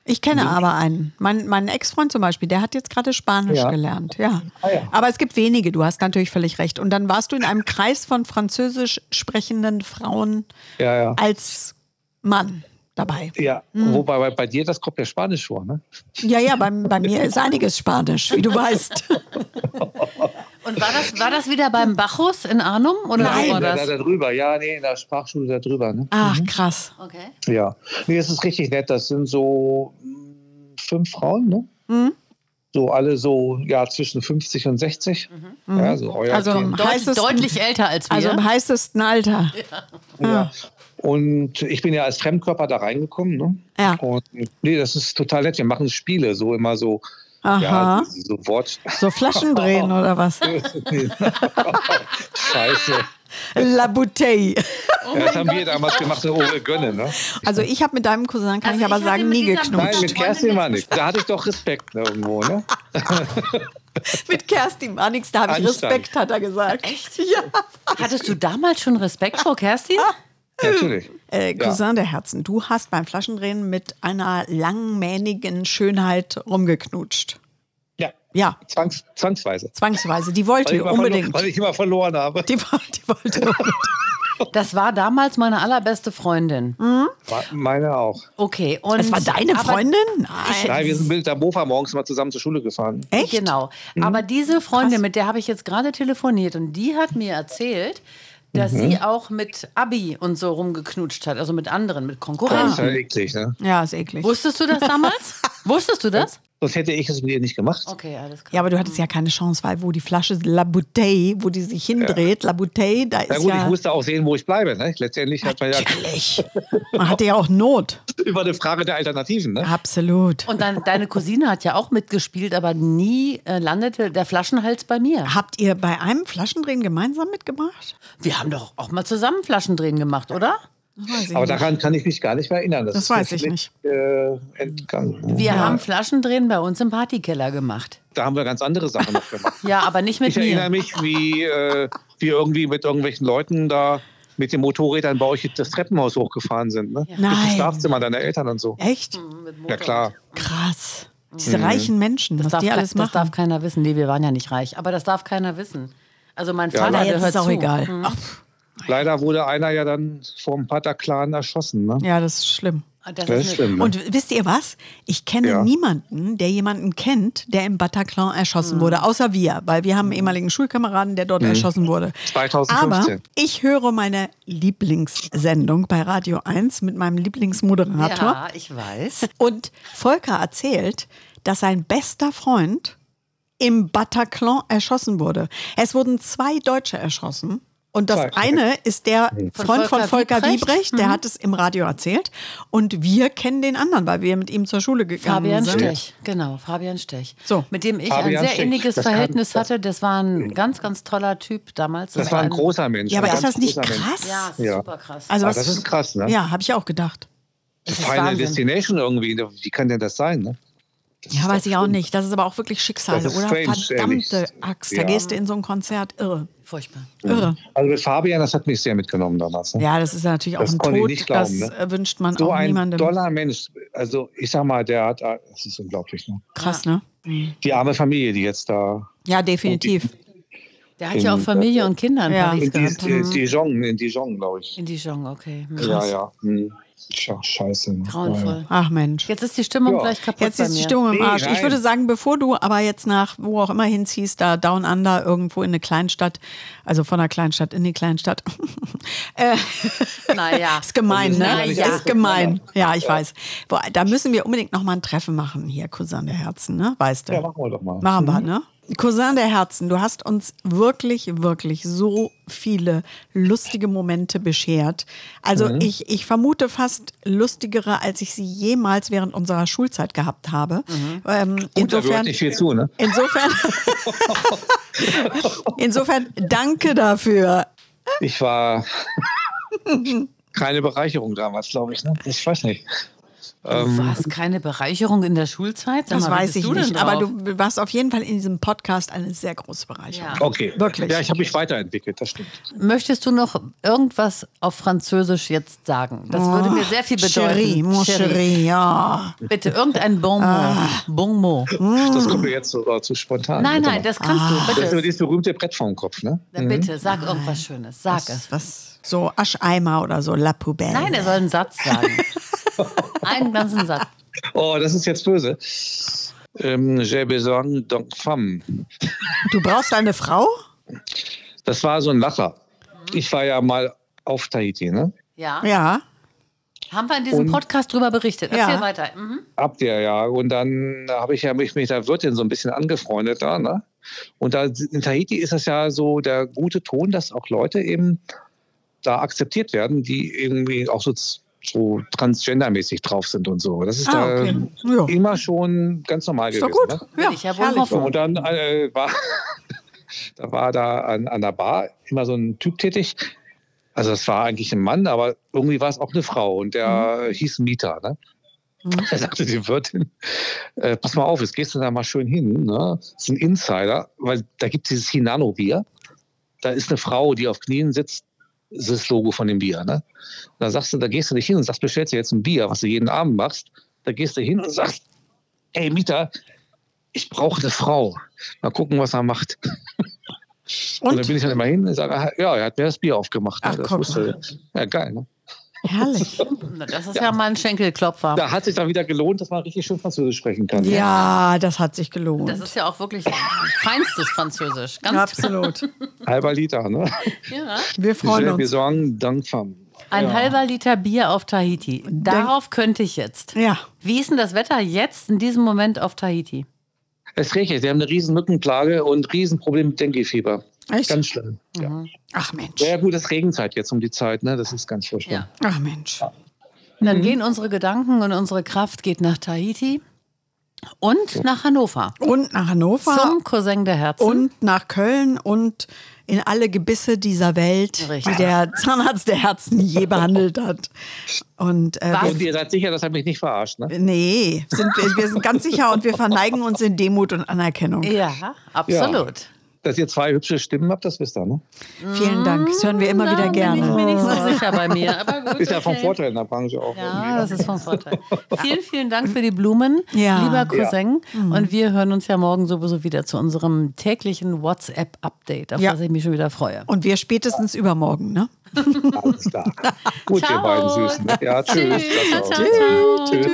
C: Ich kenne aber einen. Mein, mein Ex-Freund zum Beispiel, der hat jetzt gerade Spanisch
D: Ja.
C: gelernt. Ja.
D: Ah, ja.
C: Aber es gibt wenige, du hast natürlich völlig recht. Und dann warst du in einem Kreis von französisch sprechenden Frauen
D: ja, ja.
C: als Mann dabei.
D: Ja,
B: Mhm.
D: wobei bei, bei dir, das kommt ja Spanisch vor, ne?
C: Ja, ja, bei, bei mir ist einiges Spanisch, wie du
D: [LAUGHS]
C: weißt.
D: Mhm.
B: Und war das, war das wieder beim Bacchus in Arnum? Oder
C: Nein.
B: wo war
D: da, da,
B: das? Ah.
D: da drüber, ja, nee, in der Sprachschule da drüber, ne?
C: Ach, krass.
B: Okay. Mhm.
D: hm, Ja. Nee, das ist richtig nett. Das sind so mh, fünf Frauen, ne? so alle so ja zwischen 50 und 60.
B: Mhm.
D: Ja, so euer
C: Also
D: Thema.
B: Deut
C: heißt es-
B: deutlich älter als wir.
C: Also im heißesten Alter. Ah.
D: Ja. Und ich bin ja als Fremdkörper da reingekommen. Ne?
C: Ja.
D: Und nee, das ist total nett. Wir machen Spiele, so immer so,
C: Aha.
D: ja, so Wort.
C: [LAUGHS] So Flaschen drehen oder was? Oh
D: Scheiße.
C: La Bouteille.
D: Ja, das haben wir damals gemacht, so Ore Gönne, ne?
C: Also ich habe mit deinem Cousin, kann
E: Also
C: ich aber
E: ich hatte
C: sagen,
E: mit
C: nie
E: dieser-
D: Nein,
C: geknutscht.
D: mit Kerstin war nichts. Da hatte ich doch Respekt ne, irgendwo, ne?
C: Mit Kerstin war nix, da habe ich
D: Einstein.
C: Respekt, hat er gesagt. Echt? Ja.
B: Hattest du damals schon Respekt vor Kerstin?
C: Ah.
D: Natürlich.
C: Äh,
D: Ja.
C: Cousin der Herzen, du hast beim Flaschendrehen mit einer langmähnigen Schönheit rumgeknutscht.
D: Ja,
C: Ja,
D: zwangs, zwangsweise.
C: zwangsweise. Die wollte
D: Weil ich, immer verlo-
C: unbedingt.
D: weil ich immer verloren habe.
C: Die, wo- die wollte unbedingt.
B: Das war damals meine allerbeste Freundin.
D: Meine auch.
B: Okay, und
C: Das war deine
B: aber-
C: Freundin? Nein.
D: Nein, wir sind mit der Mofa morgens mal zusammen zur Schule gefahren.
C: Echt?
B: Genau. Aber diese Freundin, mit der habe ich jetzt gerade telefoniert und die hat mir erzählt, dass sie auch mit Abi und so rumgeknutscht hat, also mit anderen, mit
D: Das ist
B: Konkurrenten.
D: ja eklig, ne?
C: Ja, ist eklig.
B: Wusstest du das damals? Wusstest du das?
D: Sonst hätte ich es mit ihr nicht gemacht.
C: Oh,
B: Okay, alles klar.
C: Ja, aber du hattest ja keine Chance, weil wo die Flasche La Bouteille, wo die sich hindreht, La Bouteille, da ist
D: Na gut,
C: ja...
D: ich musste auch sehen, wo ich bleibe. Ne? Letztendlich
C: [LAUGHS]
D: hat man ja
C: Natürlich. Man hatte ja auch Not.
D: über eine Frage der Alternativen. Ne?
C: Absolut.
B: Und dann, deine Cousine hat ja auch mitgespielt, aber nie äh, landete der Flaschenhals bei mir.
C: Habt ihr bei einem Flaschendrehen gemeinsam mitgemacht?
B: Wir haben doch auch mal zusammen Flaschendrehen gemacht, oder?
C: Das weiß Oh, ich
D: Aber
C: nicht.
D: daran kann ich mich gar nicht mehr erinnern.
C: Das
D: ist
C: weiß
D: mir
C: ich nicht.
D: Äh, entgangen.
B: Wir haben Flaschendrehen bei uns im Partykeller gemacht.
D: Da haben wir ganz andere Sachen
C: [LAUGHS]
D: noch gemacht.
B: Ja, aber nicht mit
D: Ich erinnere
B: mir.
D: mich, wie äh, wir irgendwie mit irgendwelchen Leuten da mit den Motorrädern bei euch das Treppenhaus hochgefahren sind. Ne? Bis
C: Nein.
D: zum Schlafzimmer deiner Eltern und so.
C: Echt?
D: Ja, klar.
C: Krass.
D: Mhm.
C: Diese reichen Menschen, was
B: Das darf,
C: die
B: kei-
C: alles
B: das darf
C: machen.
B: keiner wissen. Nee, wir waren ja nicht reich. Aber das darf keiner wissen. Also mein Vater,
C: Ja,
B: der
C: jetzt
B: hört
C: ist auch
B: zu.
C: egal.
B: Hm.
C: Ach,
D: Leider wurde einer ja dann vom Patterclan erschossen. Ne?
C: ja, das ist schlimm.
B: Ah, Das
D: Das
B: ist
D: ist schlimm. Ne?
C: Und wisst ihr was? Ich kenne
D: Ja.
C: niemanden, der jemanden kennt, der im Bataclan
D: Mhm.
C: erschossen wurde, außer wir, weil wir haben einen ehemaligen Schulkameraden, der dort erschossen wurde.
D: 2015.
C: Aber ich höre meine Lieblingssendung bei Radio 1 mit meinem Lieblingsmoderator.
B: ja, ich
C: [LAUGHS]
B: weiß.
C: Und Volker erzählt, dass sein bester Freund im Bataclan erschossen wurde. Es wurden zwei Deutsche erschossen. Und das
D: Zwei.
C: eine ist der
D: Mhm.
C: Freund von Volker Wiebrecht, der hat es im Radio erzählt. Und wir kennen den anderen, weil wir mit ihm zur Schule gegangen
B: Fabian
C: sind.
B: Stech, genau, Fabian Stech.
C: So.
B: Mit dem ich
D: Fabian
B: ein sehr
D: Stech,
B: inniges
D: das kann- Mhm.
B: Verhältnis hatte. Das war ein ganz, ganz toller Typ damals.
D: Das war ein
B: ein-
D: großer Mensch.
C: Ja, aber
D: ein
C: ist
D: ganz
C: das nicht
D: großer Mensch.
C: krass?
B: Ja, das ist
D: Ja.
B: super krass.
C: Also
D: Ah,
C: was,
D: das ist krass, ne?
C: Ja, habe ich auch gedacht.
B: Das ist
D: Final
B: Wahnsinn.
D: Destination irgendwie. Wie kann denn das sein? Ne?
C: Ja, weiß ich auch nicht. Das ist aber auch wirklich Schicksal,
D: Das ist
C: oder?
D: strange,
C: Verdammte
D: ehrlich.
C: Axt. Da
D: Ja.
C: gehst du in so ein Konzert. Irre.
B: Furchtbar.
C: Irre.
D: Also mit Fabian, das hat mich sehr mitgenommen damals. Ne?
C: Ja, das ist ja natürlich auch
D: Das
C: ein
D: konnte ich
C: Tod.
D: nicht glauben,
C: das
D: ne?
C: äh, wünscht man
D: so
C: auch
D: ein
C: niemandem.
D: toller Mensch. Also ich sag mal, der hat, ah, das ist unglaublich. Ne?
C: Krass, ne?
D: Die arme Familie, die jetzt da
C: Ja, definitiv.
B: Der hat ja auch
D: In-
B: Familie und Kinder in
C: Ah, Ja.
B: Paris
D: in,
B: gehabt. Mhm.
D: dies, äh, Dijon, in Dijon, glaube ich.
B: In Dijon, okay. Hm.
D: Ja, ja. Hm. Tja, scheiße. ne? Ja, ja.
B: Grauenvoll.
C: Ach Mensch.
B: Jetzt ist die Stimmung
D: Ja.
B: gleich kaputt
C: Jetzt
B: bei
C: ist
B: mir.
C: die Stimmung im
D: Nee,
C: Arsch. Ich
D: nein.
C: würde sagen, bevor du aber jetzt nach wo auch immer hinziehst, da Down Under, irgendwo in eine Kleinstadt, also von einer Kleinstadt in die Kleinstadt. [LAUGHS] äh,
B: Naja.
C: ist gemein,
D: Also wir sind
C: ne?
D: ja nicht
C: Ja.
D: alle
C: Ist gemein.
D: miteinander.
C: Ja, ich weiß. Wo, da müssen wir unbedingt nochmal ein Treffen machen hier, Cousin der Herzen, ne? Weißt du?
D: Ja, machen wir doch mal.
C: Machen wir, ne? Cousin der Herzen, du hast uns wirklich, wirklich so viele lustige Momente beschert. Also
D: Mhm.
C: ich, ich vermute fast lustigere, als ich sie jemals während unserer Schulzeit gehabt habe. Ähm,
D: Mhm. Gut, da gehört
C: insofern,
D: nicht viel zu, ne? [LAUGHS]
C: insofern, insofern danke dafür. [LAUGHS]
D: Ich war keine Bereicherung damals, glaube ich. Ne? Ich weiß nicht.
B: Du warst keine Bereicherung in der Schulzeit? Sag
C: Ähm, Das
B: mal, wie
C: weiß
B: bist
C: ich
B: du denn
C: nicht, aber
B: drauf?
C: du warst auf jeden Fall in diesem Podcast eine sehr große Bereicherung.
B: Ja.
D: Okay.
C: Wirklich.
D: Ja, ich habe mich weiterentwickelt, das stimmt.
B: Möchtest du noch irgendwas auf Französisch jetzt sagen? Das würde mir sehr viel bedeuten.
C: Chérie, Oh, mon Ah.
B: Chérie.
C: chéri, ja.
B: Bitte irgendein Bon mot. Bon mot.
C: Mm.
D: Das kommt mir jetzt so, so zu spontan.
B: Nein,
D: Warte
B: nein,
D: mal.
B: das kannst
C: Ah.
B: du.
D: Das ist nur
B: Bitte,
D: dieses berühmte Brett vorm Kopf, ne?
B: Na,
C: Mhm.
B: bitte sag irgendwas Schönes. Sag es.
C: Was? So Ascheimer oder so La Poubelle.
B: Nein, er soll einen Satz
C: [LAUGHS]
B: sagen. einen ganzen Satz.
D: Oh, das ist jetzt böse. Ähm, J'ai besoin d'une femme.
C: Du brauchst eine Frau?
D: Das war so ein Lacher. Ich war ja mal auf Tahiti, ne?
B: Ja.
C: Ja.
B: Haben wir in diesem
D: Und-
B: Podcast drüber berichtet. Erzähl
C: Ja.
B: weiter. Mhm.
D: Ab der Jahre. Und dann habe ich ja mich mit der Wirtin so ein bisschen angefreundet da. Ne? Und da in Tahiti ist das ja so der gute Ton, dass auch Leute eben da akzeptiert werden, die irgendwie auch so, so transgendermäßig drauf sind und so. Das ist
C: Ah,
D: da
C: okay. Ja.
D: immer schon ganz normal
C: Ist doch
D: gewesen.
C: gut.
D: Ne?
B: Will ich ja wohl
C: herrlich.
B: hoffen.
D: So, und dann äh, war, [LAUGHS] da war da an, an der Bar immer so ein Typ tätig. Also es war eigentlich ein Mann, aber irgendwie war es auch eine Frau und der hieß Mieter. Ne? [LAUGHS]
C: Mhm.
D: Da sagte die Wirtin, äh, pass mal auf, jetzt gehst du da mal schön hin. Ne? Das ist ein Insider, weil da gibt es dieses Hinano-Bier. Da ist eine Frau, die auf Knien sitzt, das ist das Logo von dem Bier. Ne? Und da sagst du, da gehst du nicht hin und sagst, bestellst dir jetzt ein Bier, was du jeden Abend machst. Da gehst du hin und sagst, ey Mieter, ich brauche eine Frau. Mal gucken, was er macht. Und, dann
C: Und
D: bin ich dann immer hin und sage, ja, er hat mir das Bier aufgemacht.
C: Ach,
D: ne? das
C: guck
D: wusste, ja, geil. Ne? [LAUGHS]
C: herrlich.
B: Na, Das ist ja, mal ein Schenkelklopfer.
D: Da hat sich dann wieder gelohnt, dass man richtig schön Französisch sprechen kann. ne?
C: Ja, das hat sich gelohnt.
B: Das ist ja auch wirklich feinstes Französisch. Ganz
C: Absolut.
D: Halber Liter, ne? [LAUGHS]
B: ja.
C: Wir freuen
D: Wir
C: uns.
D: sagen, Dank fam.
B: Ein halber Liter Bier auf Tahiti. Darauf könnte ich jetzt.
C: Ja,
B: Wie ist denn das Wetter jetzt in diesem Moment auf Tahiti?
D: Es ist richtig, sie haben eine riesen Mückenplage und riesen Problem mit Dengue-Fieber.
C: echt? Mhm.
D: Ganz schlimm. Ja.
C: Ach Mensch.
D: ja gut, es Regenzeit jetzt um die Zeit, ne? Das ist ganz furchtbar.
B: Ja.
C: Ach Mensch. Mhm.
B: Dann gehen unsere Gedanken und unsere Kraft geht nach Tahiti und
D: Oh.
B: nach Hannover.
C: Und nach Hannover
B: Zum Cousin der Herzen.
C: und nach Köln und in alle Gebisse dieser Welt,
B: Richtig.
C: die der Zahnarzt der Herzen je behandelt hat. Und äh,
B: Was?
D: Und ihr seid sicher, das hat mich nicht verarscht, ne?
C: wir, nee, sind, wir, wir sind ganz sicher und wir verneigen uns in Demut und Anerkennung.
B: ja, absolut.
D: Dass ihr zwei hübsche Stimmen habt, das wisst ihr, ne?
C: Vielen Dank. Das hören wir immer wieder
B: Bin ich mir
C: gerne.
B: nicht so sicher bei mir. Aber gut,
D: [LAUGHS] Ist ja vom
B: okay.
D: Vorteil in der Branche auch.
B: Ja,
D: irgendwie, ne?
B: das ist vom
D: [LAUGHS]
B: Vorteil. vielen, vielen Dank für die Blumen,
C: Ja. Mhm.
B: lieber Cousin. Und wir hören uns ja morgen sowieso wieder zu unserem täglichen WhatsApp-Update, auf
C: Ja.
B: das ich mich schon wieder freue.
C: Und wir spätestens übermorgen, ne?
D: ne? Alles klar. Gut,
B: Ciao.
D: ihr beiden Süßen. Ja, tschüss.
B: Ciao, ciao, ciao.
D: tschüss.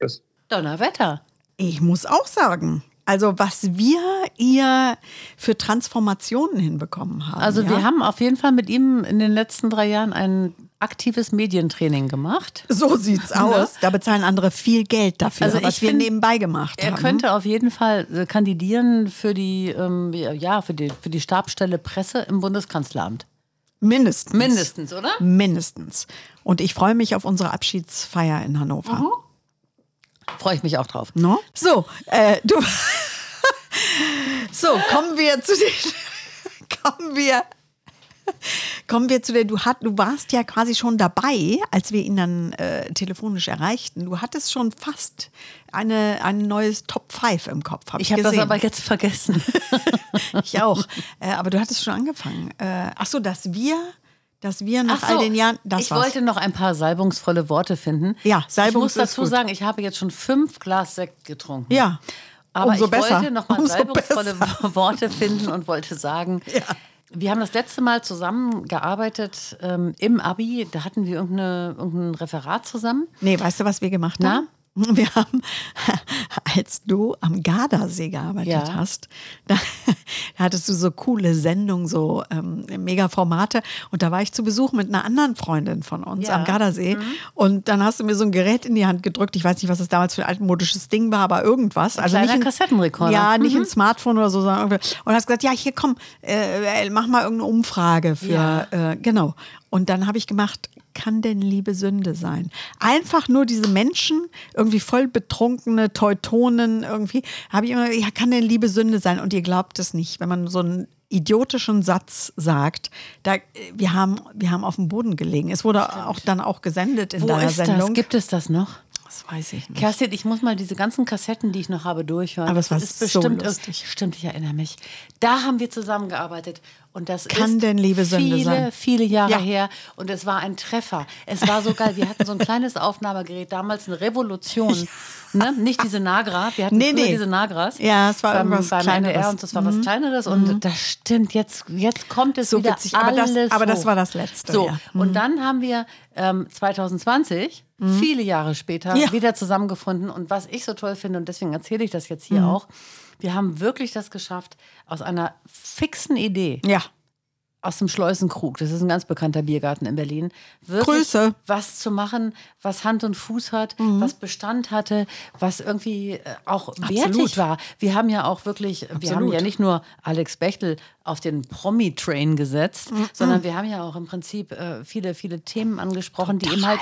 D: tschüss.
B: Donnerwetter.
C: Ich muss auch sagen, also was wir ihr für Transformationen hinbekommen haben.
B: Also
C: ja?
B: wir haben auf jeden Fall mit ihm in den letzten drei Jahren ein aktives Medientraining gemacht.
C: So sieht's aus. Da bezahlen andere viel Geld dafür,
B: Ne? Also
C: was
B: ich
C: wir
B: find,
C: nebenbei gemacht
B: Er
C: haben.
B: könnte auf jeden Fall äh, kandidieren für die, ähm, ja, für die, für die Stabstelle Presse im Bundeskanzleramt.
C: Mindestens.
B: Mindestens, oder?
C: Mindestens. Und ich freue mich auf unsere Abschiedsfeier in Hannover.
B: Freue ich mich auch drauf.
C: No? So, äh, du. [LAUGHS] so, kommen wir zu den. [LAUGHS] kommen wir. Kommen wir zu der, du, hat, du warst ja quasi schon dabei, als wir ihn dann äh, telefonisch erreichten. Du hattest schon fast eine, ein neues Top 5 im Kopf. Hab ich
B: Ich habe das
C: gesehen.
B: aber jetzt vergessen.
C: Ich auch. Äh, aber du hattest schon angefangen. Äh, ach so, dass wir, dass wir nach
B: Ach so,
C: all den Jahren, das
B: ich
C: war's.
B: wollte noch ein paar salbungsvolle Worte finden.
C: Ja,
B: Ich
C: Salbungs
B: muss dazu
C: ist gut.
B: sagen, ich habe jetzt schon fünf Glas Sekt getrunken.
C: Ja.
B: Aber
C: Umso
B: ich
C: besser.
B: wollte noch mal
C: Umso
B: salbungsvolle [LAUGHS]
C: besser.
B: Worte finden und wollte sagen, wir haben das letzte Mal zusammengearbeitet ähm, im Abi. Da hatten wir irgendeine, irgendein Referat zusammen.
C: Nee, weißt du, was wir gemacht
B: Na?
C: haben? [LAUGHS] Wir haben, als du am Gardasee gearbeitet
B: Ja.
C: hast, [LAUGHS] da, da hattest du so coole Sendungen, so ähm, mega Formate. Und da war ich zu Besuch mit einer anderen Freundin von uns
B: Ja. Mhm.
C: am Gardasee. Und dann hast du mir so ein Gerät in die Hand gedrückt. Ich weiß nicht, was es damals für ein altmodisches Ding war, aber irgendwas. also
B: kleiner
C: nicht ein,
B: Kassettenrekorder.
C: Ja, nicht ein Smartphone oder so, sondern irgendwie. Und hast gesagt, ja, hier komm, äh, mach mal irgendeine Umfrage für
B: Ja.
C: äh, genau. Und dann habe ich gemacht, kann denn Liebe Sünde sein? Einfach nur diese Menschen, irgendwie voll betrunkene Teutonen irgendwie, habe ich immer, ja, kann denn Liebe Sünde sein? Und ihr glaubt es nicht, wenn man so einen idiotischen Satz sagt, da, äh, wir, haben, wir haben auf dem Boden gelegen. Es wurde auch dann auch gesendet in
B: Wo
C: deiner
B: ist das?
C: Sendung.
B: Gibt es das noch?
C: das weiß ich nicht.
B: Kerstin, ich muss mal diese ganzen Kassetten, die ich noch habe, durchhören.
C: Aber es war
B: Das ist
C: so
B: bestimmt
C: lustig.
B: irg- Stimmt, ich erinnere mich. Da haben wir zusammengearbeitet und das
C: Kann
B: ist
C: denn Liebe Sünde
B: viele,
C: sein?
B: viele Jahre
C: Ja.
B: her und es war ein Treffer. Es war so geil. Wir hatten so ein kleines Aufnahmegerät, damals eine
C: [LAUGHS]
B: Revolution. Ne? Nicht diese Nagra, wir hatten
C: Nee,
B: früher
C: nee.
B: diese Nagras.
C: Ja, es war
B: beim,
C: irgendwas
B: beim NDR
C: Kleineres. Mhm.
B: und das war was Kleineres und das stimmt, jetzt, jetzt kommt es
C: So
B: wieder
C: witzig, aber das-
B: alles
C: aber das
B: hoch.
C: war das Letzte,
B: So,
C: ja. Mhm.
B: und dann haben wir ähm, 2020, viele Jahre später,
C: Ja.
B: wieder zusammengefunden. Und was ich so toll finde, und deswegen erzähle ich das jetzt hier auch, wir haben wirklich das geschafft, aus einer fixen Idee
C: Ja,
B: aus dem Schleusenkrug, das ist ein ganz bekannter Biergarten in Berlin, wirklich
C: Grüße. Mhm.
B: was zu machen, was Hand und Fuß hat, was Bestand hatte, was irgendwie äh, auch wertig
C: Absolut.
B: war. Wir haben ja auch wirklich, wir haben
C: Absolut.
B: ja nicht nur Alex Bechtel auf den Promi-Train gesetzt,
C: Mhm.
B: sondern wir haben ja auch im Prinzip äh, viele, viele Themen angesprochen, die eben halt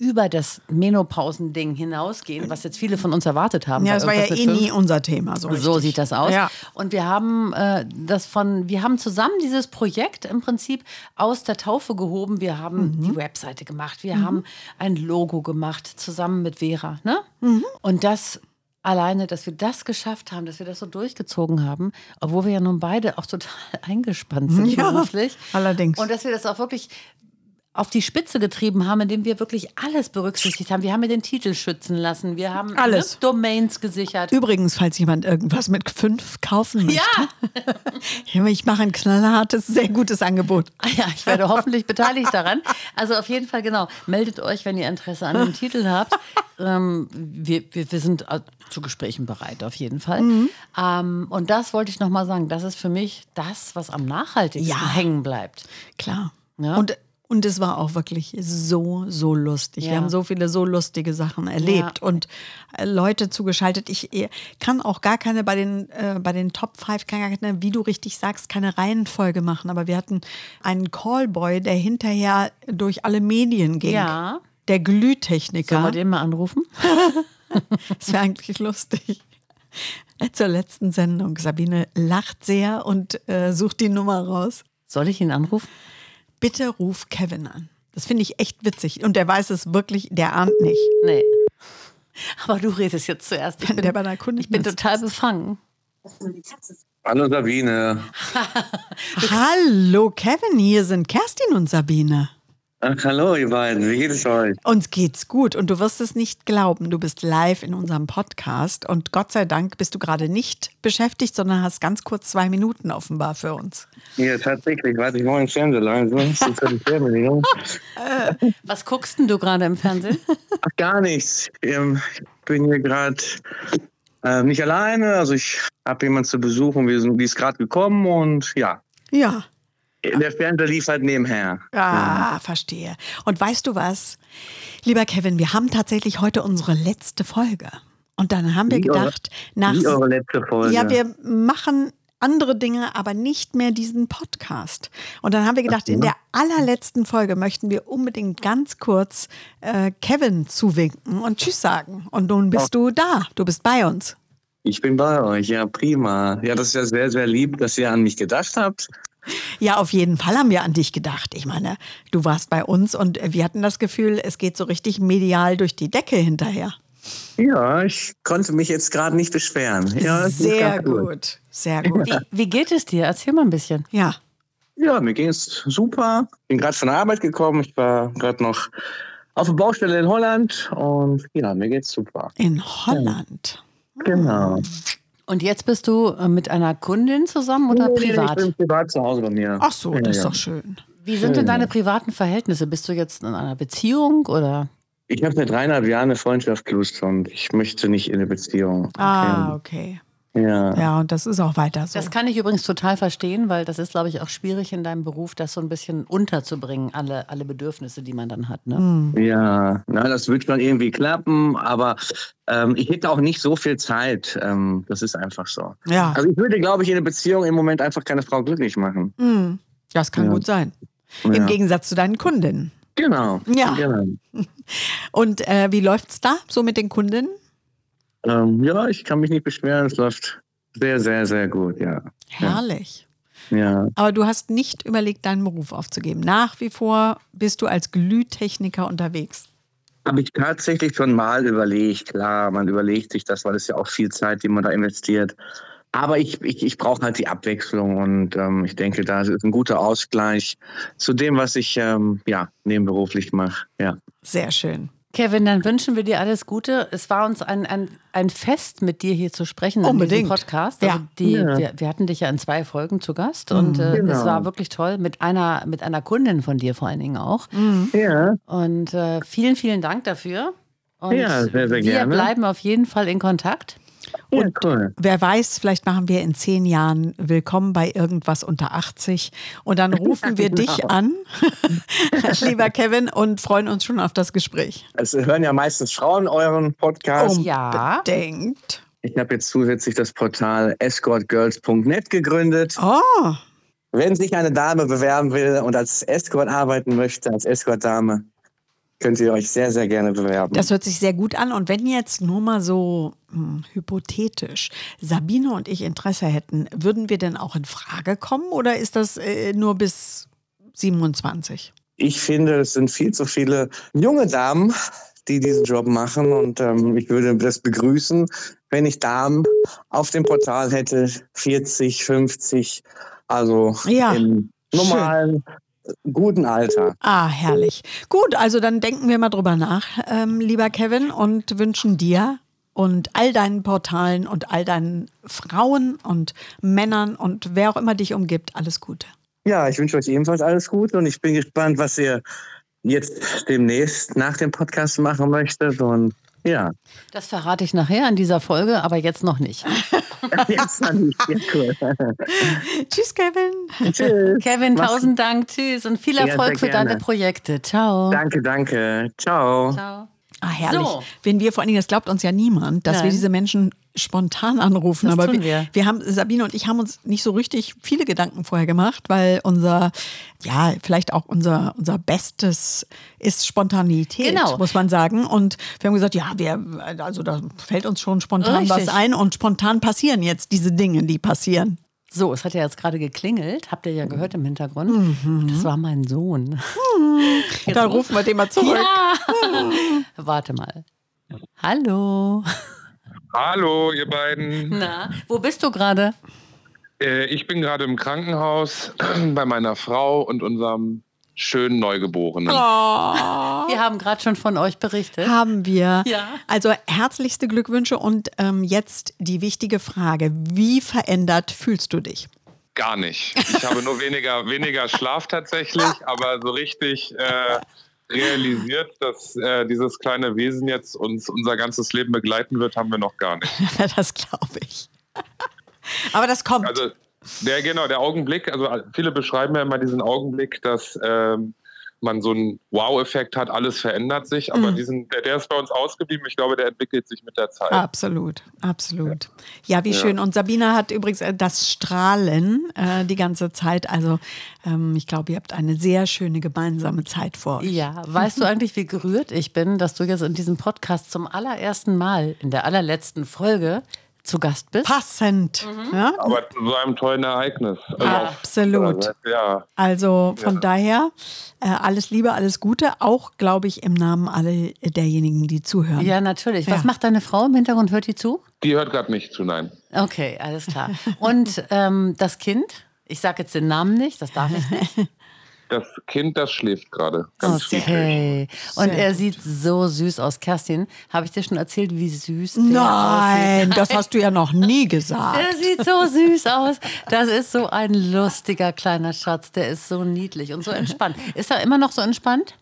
B: über das Menopausending hinausgehen, was jetzt viele von uns erwartet haben.
C: Ja,
B: bei
C: das war ja
B: Irgendwas
C: eh
B: mit fünf.
C: nie unser Thema. So,
B: So
C: richtig.
B: sieht das aus.
C: Ja.
B: Und wir haben äh, das von, wir haben zusammen dieses Projekt im Prinzip aus der Taufe gehoben. Wir haben
C: Mhm.
B: die Webseite gemacht, wir haben ein Logo gemacht, zusammen mit Vera. Ne?
C: Mhm.
B: Und das alleine, dass wir das geschafft haben, dass wir das so durchgezogen haben, obwohl wir ja nun beide auch total [LAUGHS] eingespannt sind
C: Ja,
B: beruflich.
C: allerdings.
B: Und dass wir das auch wirklich auf die Spitze getrieben haben, indem wir wirklich alles berücksichtigt haben. Wir haben ja den Titel schützen lassen, wir haben ne,
C: Alles.
B: Domains gesichert.
C: Übrigens, falls jemand irgendwas mit fünf kaufen möchte.
B: [LAUGHS]
C: Ja. ich mache ein knallhartes, sehr gutes Angebot.
B: Ah Ja, ich werde hoffentlich beteiligt daran. Also auf jeden Fall, genau. Meldet euch, wenn ihr Interesse an dem Titel habt. Ähm, wir, wir, wir sind äh, zu Gesprächen bereit, auf jeden Fall.
C: Mhm.
B: Ähm, und das wollte ich nochmal sagen. Das ist für mich das, was am nachhaltigsten
C: Ja.
B: hängen bleibt.
C: Klar.
B: Ja.
C: Und, und es war auch wirklich so, so lustig.
B: Ja.
C: Wir haben so viele so lustige Sachen erlebt und äh, Leute zugeschaltet. Ich äh, kann auch gar keine bei den, äh, bei den Top 5, kann gar keine, wie du richtig sagst, keine Reihenfolge machen. Aber wir hatten einen Callboy, der hinterher durch alle Medien ging.
B: Ja.
C: Der
B: Sollen wir
C: Glühtechniker.
B: den mal anrufen?
C: Das wäre eigentlich lustig. [LAUGHS] Zur letzten Sendung. Sabine lacht sehr und äh, sucht die Nummer raus.
B: Soll ich ihn anrufen?
C: Bitte ruf Kevin an. Das finde ich echt witzig. Und der weiß es wirklich, der ahnt nicht.
B: Nee. Aber du redest jetzt zuerst. Ich
C: Wenn
B: bin,
C: der bei einer Kundin
B: ich bin
C: ist.
B: total befangen.
D: Hallo Sabine.
C: Hallo Kevin, hier sind Kerstin und Sabine.
D: Ach, hallo ihr beiden, wie geht es euch?
C: Uns geht's gut und du wirst es nicht glauben. Du bist live in unserem Podcast und Gott sei Dank bist du gerade nicht beschäftigt, sondern hast ganz kurz zwei Minuten offenbar für uns.
D: Ja, tatsächlich, warte, ich mache den Fernseher langsam. Das ist eine Fernbedienung.
B: Was guckst denn du gerade im Fernsehen?
D: Ach, gar nichts. Ähm, Ich bin hier gerade ähm, nicht alleine, also ich habe jemanden zu Besuch und wir sind, die ist gerade gekommen und ja,
C: Ja.
D: der Fernseher lief halt nebenher.
C: Ah, verstehe. Und weißt du was? Lieber Kevin, wir haben tatsächlich heute unsere letzte Folge. Und dann haben wir
D: Wie eure-
C: gedacht, nach.
D: Wie eure letzte Folge.
C: Ja, wir machen andere Dinge, aber nicht mehr diesen Podcast. Und dann haben wir gedacht, in der allerletzten Folge möchten wir unbedingt ganz kurz äh, Kevin zuwinken und Tschüss sagen. Und nun bist
D: Oh.
C: du da, du bist bei uns.
D: ich bin bei euch, ja, prima. Ja, das ist ja sehr, sehr lieb, dass ihr an mich gedacht habt.
C: Ja, auf jeden Fall haben wir an dich gedacht. Ich meine, du warst bei uns und wir hatten das Gefühl, es geht so richtig medial durch die Decke hinterher.
D: Ja, ich konnte mich jetzt gerade nicht beschweren. Ja, das ist
C: sehr
D: ganz gut.
C: gut, sehr gut.
B: Wie, wie geht es dir? Erzähl mal ein bisschen.
C: Ja,
D: Ja, mir geht's super. Bin gerade von der Arbeit gekommen. Ich war gerade noch auf der Baustelle in Holland und ja, mir geht's super.
C: in Holland.
D: Genau.
B: Und jetzt bist du äh, mit einer Kundin zusammen oder privat?
D: Ich bin privat zu Hause bei mir.
C: Ach so,
D: Ja,
C: das ist
D: ja.
C: doch schön.
B: Wie sind denn deine privaten Verhältnisse? Bist du jetzt in einer Beziehung oder?
D: Ich habe seit dreieinhalb Jahren eine Freundschaft plus und ich möchte nicht in eine Beziehung.
C: Ah, okay.
D: Ja.
C: Ja, und das ist auch weiter so.
B: Das kann ich übrigens total verstehen, weil das ist, glaube ich, auch schwierig in deinem Beruf, das so ein bisschen unterzubringen, alle, alle Bedürfnisse, die man dann hat. Ne?
C: Hm,
D: Ja, na, das wird schon irgendwie klappen, aber ähm, ich hätte auch nicht so viel Zeit. Ähm, das ist einfach so.
C: Ja,
D: Also ich würde, glaube ich, in einer Beziehung im Moment einfach keine Frau glücklich machen.
C: mm, das kann
D: Ja.
C: gut sein.
D: Ja.
C: Im Gegensatz zu deinen Kundinnen.
D: Genau.
C: Ja.
D: Genau.
C: Und äh, wie läuft's da so mit den Kundinnen?
D: Ähm, ja, ich kann mich nicht beschweren. Es läuft sehr, sehr, sehr gut, ja.
C: Herrlich.
D: Ja,
C: Aber du hast nicht überlegt, deinen Beruf aufzugeben. Nach wie vor bist du als Glühtechniker unterwegs.
D: habe ich tatsächlich schon mal überlegt. Klar, man überlegt sich das, weil es ja auch viel Zeit, die man da investiert. Aber ich, ich, ich brauche halt die Abwechslung und ähm, ich denke, da ist ein guter Ausgleich zu dem, was ich ähm, ja, nebenberuflich mache. Ja.
C: Sehr schön.
B: Kevin, dann wünschen wir dir alles Gute. Es war uns ein, ein, ein Fest, mit dir hier zu sprechen in diesem
C: Unbedingt.
B: Podcast.
C: Ja.
B: Also die,
D: Ja.
B: wir, wir hatten dich ja in zwei Folgen zu Gast und äh,
D: Genau.
B: es war wirklich toll mit einer, mit einer Kundin von dir vor allen Dingen auch.
D: Mhm. ja,
B: Und äh, vielen, vielen Dank dafür. Und
D: Ja, sehr, sehr
B: wir
D: gerne.
B: bleiben auf jeden Fall in Kontakt.
E: Ja,
C: Und
E: cool.
C: wer weiß, vielleicht machen wir in zehn Jahren Willkommen bei irgendwas unter 80 und dann rufen wir dich an, [LAUGHS] lieber Kevin, und freuen uns schon auf das Gespräch.
E: Es hören ja meistens Frauen euren
C: Oh.
E: Podcast.
B: Ja.
C: Denkt.
E: Ich habe jetzt zusätzlich das Portal escortgirls.net gegründet.
C: Oh,
E: Wenn sich eine Dame bewerben will und als Escort arbeiten möchte, als Escort-Dame, könnt ihr euch sehr, sehr gerne bewerben.
C: das hört sich sehr gut an. Und wenn jetzt nur mal so hm, hypothetisch Sabine und ich Interesse hätten, würden wir denn auch in Frage kommen oder ist das äh, nur bis 27?
E: ich finde, es sind viel zu viele junge Damen, die diesen Job machen. Und ähm, ich würde das begrüßen, wenn ich Damen auf dem Portal hätte, 40, 50, also
C: Ja,
E: im normalen, guten Alter.
C: Ah, herrlich. Gut, also dann denken wir mal drüber nach, ähm, lieber Kevin, und wünschen dir und all deinen Portalen und all deinen Frauen und Männern und wer auch immer dich umgibt, alles Gute.
E: Ja, ich wünsche euch ebenfalls alles Gute und ich bin gespannt, was ihr jetzt demnächst nach dem Podcast machen möchtet. Und ja,
B: Das verrate ich nachher in dieser Folge, aber jetzt
E: [LAUGHS]
B: noch nicht.
D: [LAUGHS]
E: jetzt fand ich ja, cool.
C: Tschüss, Kevin.
E: Tschüss.
B: Kevin,
E: Mach's
B: tausend Dank. Tschüss und viel
E: Ja, sehr
B: Erfolg für
E: gerne.
B: deine Projekte. Ciao.
E: Danke, danke. Ciao.
B: Ciao.
C: Ah, herrlich.
B: So.
C: Wenn wir vor allen Dingen, das glaubt uns ja niemand, dass wir
B: Nein.
C: diese Menschen spontan anrufen.
B: Das
C: Aber
B: tun
C: wir.
B: wir.
C: haben, Sabine und ich haben uns nicht so richtig viele Gedanken vorher gemacht, weil unser, ja, vielleicht auch unser, unser Bestes ist Spontanität,
B: Genau.
C: muss man sagen. Und wir haben gesagt, ja, wir, also da fällt uns schon spontan was
B: Richtig.
C: ein und spontan passieren jetzt diese Dinge, die passieren.
B: So, es hat ja jetzt gerade geklingelt, habt ihr ja gehört im Hintergrund.
E: Mhm.
B: Das war mein Sohn. Jetzt
C: Da
B: ruf-
C: rufen wir den mal zurück.
B: Ja. [LAUGHS] Warte mal. Hallo.
F: Hallo, ihr beiden.
B: Na, wo bist du gerade?
F: Äh, ich bin gerade im Krankenhaus [CLEARS THROAT] bei meiner Frau und unserem schönen Neugeborenen.
B: Wir haben gerade schon von euch berichtet.
C: Haben wir.
B: Ja.
C: Also herzlichste Glückwünsche und ähm, jetzt die wichtige Frage. Wie verändert fühlst du dich? [LAUGHS]
F: Gar nicht. Ich habe nur weniger, weniger Schlaf tatsächlich, aber so richtig äh, realisiert, dass äh, dieses kleine Wesen jetzt uns unser ganzes Leben begleiten wird, haben wir noch gar nicht.
C: das glaube ich. [LAUGHS] Aber das kommt.
F: Also der genau, der Augenblick, also äh, viele beschreiben ja immer diesen Augenblick, dass ähm, man so einen Wow-Effekt hat, alles verändert sich, aber
C: Mhm.
F: diesen, der, der ist bei uns ausgeblieben. Ich glaube, der entwickelt sich mit der
C: Ah,
F: Zeit.
C: absolut, absolut. Ja, wie
F: äh, Ja.
C: schön. Und Sabina hat übrigens äh, das Strahlen äh, die ganze Zeit. Also ähm, ich glaube, ihr habt eine sehr schöne gemeinsame Zeit vor euch.
B: Ja, weißt du eigentlich, wie gerührt ich bin, dass du jetzt in diesem Podcast zum allerersten Mal in der allerletzten Folge zu Gast bist?
C: Passend.
B: Mhm.
C: ne? Ja?
F: Aber zu so einem tollen Ereignis. Also auf-
C: Absolut.
F: Ja,
C: Also von
F: Ja.
C: daher äh, alles Liebe, alles Gute, auch glaube ich im Namen alle derjenigen, die zuhören.
B: Ja, natürlich.
C: Ja.
B: Was macht deine Frau im Hintergrund? Hört die zu?
F: die hört gerade nicht zu, nein.
B: Okay, alles [LAUGHS] klar. Und ähm, das Kind? Ich sage jetzt den Namen nicht, das darf ich [LAUGHS] nicht.
F: Das Kind, das schläft gerade. Ganz friedlich.
B: Okay. Und
C: Sehr
B: er
C: gut.
B: sieht so süß aus. Kerstin, habe ich dir schon erzählt, wie süß der
C: Nein, [LAUGHS] das hast du ja noch nie
B: aussieht?
C: gesagt.
B: Er sieht so süß aus. Das ist so ein lustiger kleiner Schatz. Der ist so niedlich und so entspannt. Ist er immer noch so entspannt?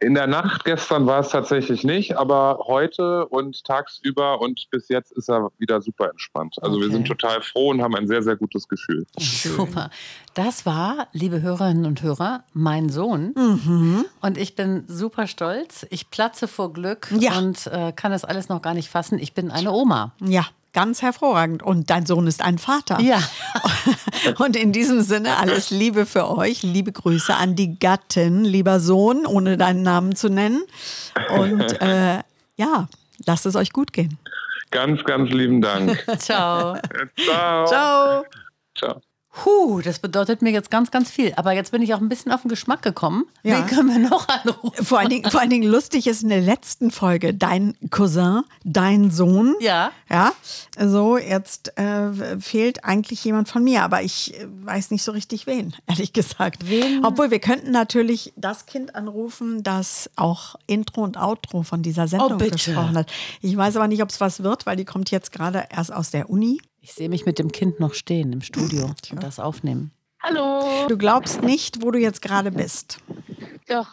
F: In der Nacht gestern war es tatsächlich nicht, aber heute und tagsüber und bis jetzt ist er wieder super entspannt. Also wir
B: Okay.
F: sind total froh und haben ein sehr, sehr gutes Gefühl.
B: Super. Das war, liebe Hörerinnen und Hörer, mein Sohn.
C: Mhm.
B: Und ich bin super stolz. Ich platze vor Glück
C: Ja.
B: und äh, kann das alles noch gar nicht fassen. Ich bin eine
C: [LAUGHS]
B: Oma.
C: Ja, ganz hervorragend. Und dein Sohn ist ein Vater.
B: Ja.
C: [LAUGHS] Und in diesem Sinne alles Liebe für euch. Liebe Grüße an die Gattin, lieber Sohn, ohne deinen Namen zu nennen. [LAUGHS] Und äh, ja, lasst es euch gut gehen.
F: Ganz, ganz lieben Dank.
B: [LAUGHS] [LAUGHS] Ciao.
F: Ciao.
C: Ciao.
F: Ciao.
B: Puh, das bedeutet mir jetzt ganz, ganz viel. Aber jetzt bin ich auch ein bisschen auf den Geschmack gekommen.
C: Ja.
B: Wen können wir noch anrufen?
C: Vor allen, Dingen, vor allen Dingen lustig ist in der letzten Folge dein Cousin, dein Sohn.
B: Ja.
C: Ja, so jetzt äh, fehlt eigentlich jemand von mir, aber ich äh, weiß nicht so richtig wen, [LAUGHS] ehrlich gesagt.
B: Wen?
C: Obwohl wir könnten natürlich das Kind anrufen, das auch Intro und Outro von dieser Sendung
B: Oh, bitte.
C: gesprochen hat. Ich weiß aber nicht, ob es was wird, weil die kommt jetzt gerade erst aus der Uni.
B: Ich sehe mich mit dem Kind noch stehen im Studio und das aufnehmen.
G: Hallo,
C: Du glaubst nicht, wo du jetzt gerade bist.
G: doch,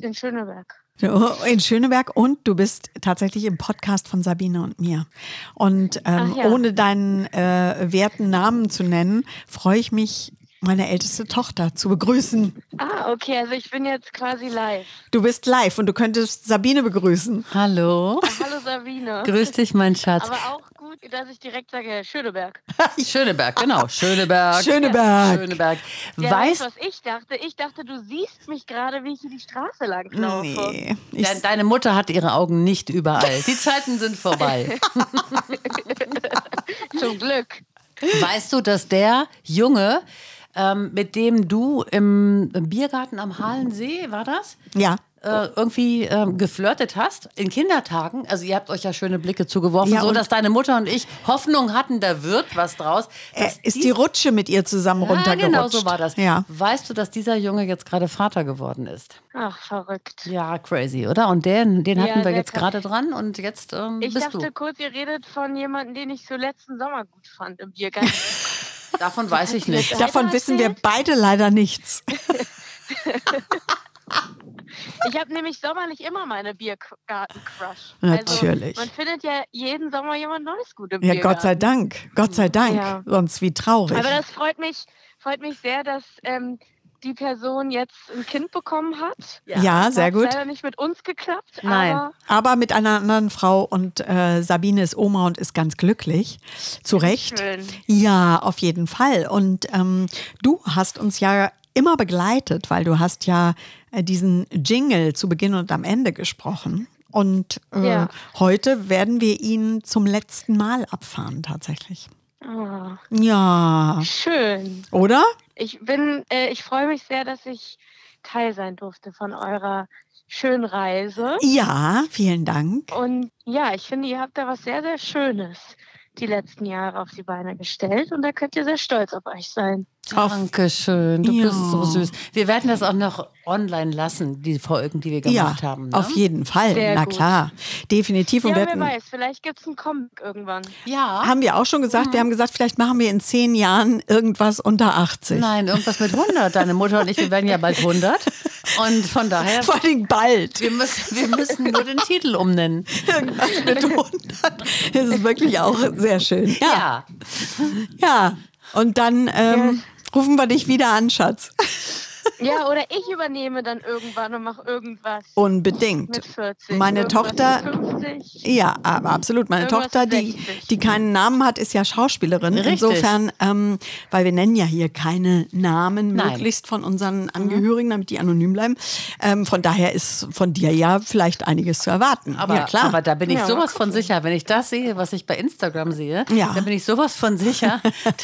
G: in Schöneberg.
C: So, Oh, In Schöneberg und du bist tatsächlich im Podcast von Sabine und mir. Und ähm,
G: Ach ja.
C: ohne deinen äh, werten Namen zu nennen, freue ich mich, meine älteste Tochter zu begrüßen.
G: Ah, okay, also ich bin jetzt quasi live.
C: Du bist live und du könntest Sabine begrüßen.
B: Hallo.
G: Hallo Sabine.
B: Grüß dich, mein Schatz.
G: Aber auch gut, dass ich direkt sage, Schöneberg.
B: Schöneberg, genau. Schöneberg.
C: Schöneberg.
B: Schöneberg.
G: Ja, weißt
B: weißt
G: du, was ich dachte? Ich dachte, du siehst mich gerade, wie ich hier die Straße lang laufe.
C: Nee. Ich,
B: de deine Mutter hat ihre Augen nicht überall. Die Zeiten sind
G: [LAUGHS]
B: vorbei.
G: Zum Glück.
B: Weißt du, dass der Junge, ähm, mit dem du im, im Biergarten am Halensee, war das?
C: ja.
B: Äh, irgendwie ähm, geflirtet hast in Kindertagen. Also ihr habt euch ja schöne Blicke zugeworfen,
C: Ja,
B: so
C: und-
B: dass deine Mutter und ich Hoffnung hatten, da wird was draus.
C: Er
B: Dass
C: Äh, ist die
B: dies-
C: Rutsche mit ihr zusammen
B: ah,
C: runtergerutscht.
B: genau so war das.
C: Ja.
B: Weißt du, dass dieser Junge jetzt gerade Vater geworden ist?
G: Ach, verrückt.
B: Ja, crazy, oder? Und den, den
G: Ja,
B: hatten wir
G: sehr
B: jetzt
G: krass.
B: gerade dran und jetzt ähm,
G: Ich
B: bist
G: dachte
B: du.
G: kurz, ihr redet von jemandem, den ich so letzten Sommer gut fand im Biergarten.
B: Davon weiß ich
G: [LAUGHS]
B: nicht.
C: Davon
G: Alter,
C: wissen wir
G: erzählt?
C: beide leider nichts.
G: Ich habe nämlich sommerlich immer meine Biergarten-Crush.
C: Natürlich.
G: Also, man findet ja jeden Sommer jemand Neues gut im
C: Ja,
G: Biergarten.
C: Gott sei Dank. Gott sei Dank.
G: Ja.
C: Sonst wie traurig.
G: Aber das freut mich, freut mich sehr, dass ähm, die Person jetzt ein Kind bekommen hat.
C: ja, sehr
G: Hat
C: gut.
G: leider nicht mit uns geklappt.
B: Nein.
G: Aber
C: Aber mit einer anderen Frau und äh, Sabine ist Oma und ist ganz glücklich. Zu Recht.
G: schön.
C: Ja, auf jeden Fall. Und ähm, du hast uns ja immer begleitet, weil du hast ja äh, diesen Jingle zu Beginn und am Ende gesprochen. Und äh,
G: Ja.
C: heute werden wir ihn zum letzten Mal abfahren, tatsächlich.
G: Ah,
C: Ja,
G: Oh, schön.
C: oder?
G: Ich bin, äh, ich freue mich sehr, dass ich Teil sein durfte von eurer schönen Reise.
C: Ja, vielen Dank.
G: Und ja, ich finde, ihr habt da was sehr, sehr Schönes die letzten Jahre auf die Beine gestellt und da könnt ihr sehr stolz auf euch sein.
C: Auf-
B: Dankeschön, du
C: Ja.
B: bist so süß. Wir werden das auch noch online lassen, die Folgen, die wir
C: Ja,
B: gemacht haben. Ne?
C: auf jeden Fall.
G: Sehr
C: Na
G: gut.
C: klar, definitiv. Und
G: Ja,
C: wir
G: wer
C: hatten-
G: weiß, vielleicht gibt es einen Comic irgendwann.
B: Ja.
C: haben wir auch schon gesagt,
B: Mhm.
C: wir haben gesagt, vielleicht machen wir in zehn Jahren irgendwas unter 80.
B: Nein, irgendwas mit 100. Deine Mutter und ich, wir werden ja bald 100. Und von daher,
C: [LAUGHS] Vor allem bald. [LAUGHS]
B: wir müssen, wir müssen nur den Titel umnennen.
C: Irgendwas mit 100. Das ist wirklich auch sehr schön. Ja.
B: Ja.
C: Ja. Und dann ähm, rufen wir dich wieder an, Schatz.
G: Ja, oder ich übernehme dann irgendwann und mache irgendwas
C: Unbedingt.
G: mit ne? 40.
C: Meine
G: irgendwas
C: Tochter-
G: Mit 50.
C: Ja, aber absolut. Meine
G: Irgendwas
C: Tochter, die,
G: 60.
C: die keinen Namen hat, ist ja Schauspielerin.
B: Richtig.
C: Insofern, ähm, weil wir nennen ja hier keine Namen,
B: Nein. Mhm.
C: möglichst von unseren Angehörigen, damit die anonym bleiben. Ähm, von daher ist von dir ja vielleicht einiges zu erwarten.
B: Aber,
C: ja, klar.
B: aber da bin ich
G: Ja, mal
B: sowas von sicher. Wenn ich das sehe, was ich bei Instagram sehe,
C: Ja.
B: dann bin ich sowas von
C: [LAUGHS]
B: sicher,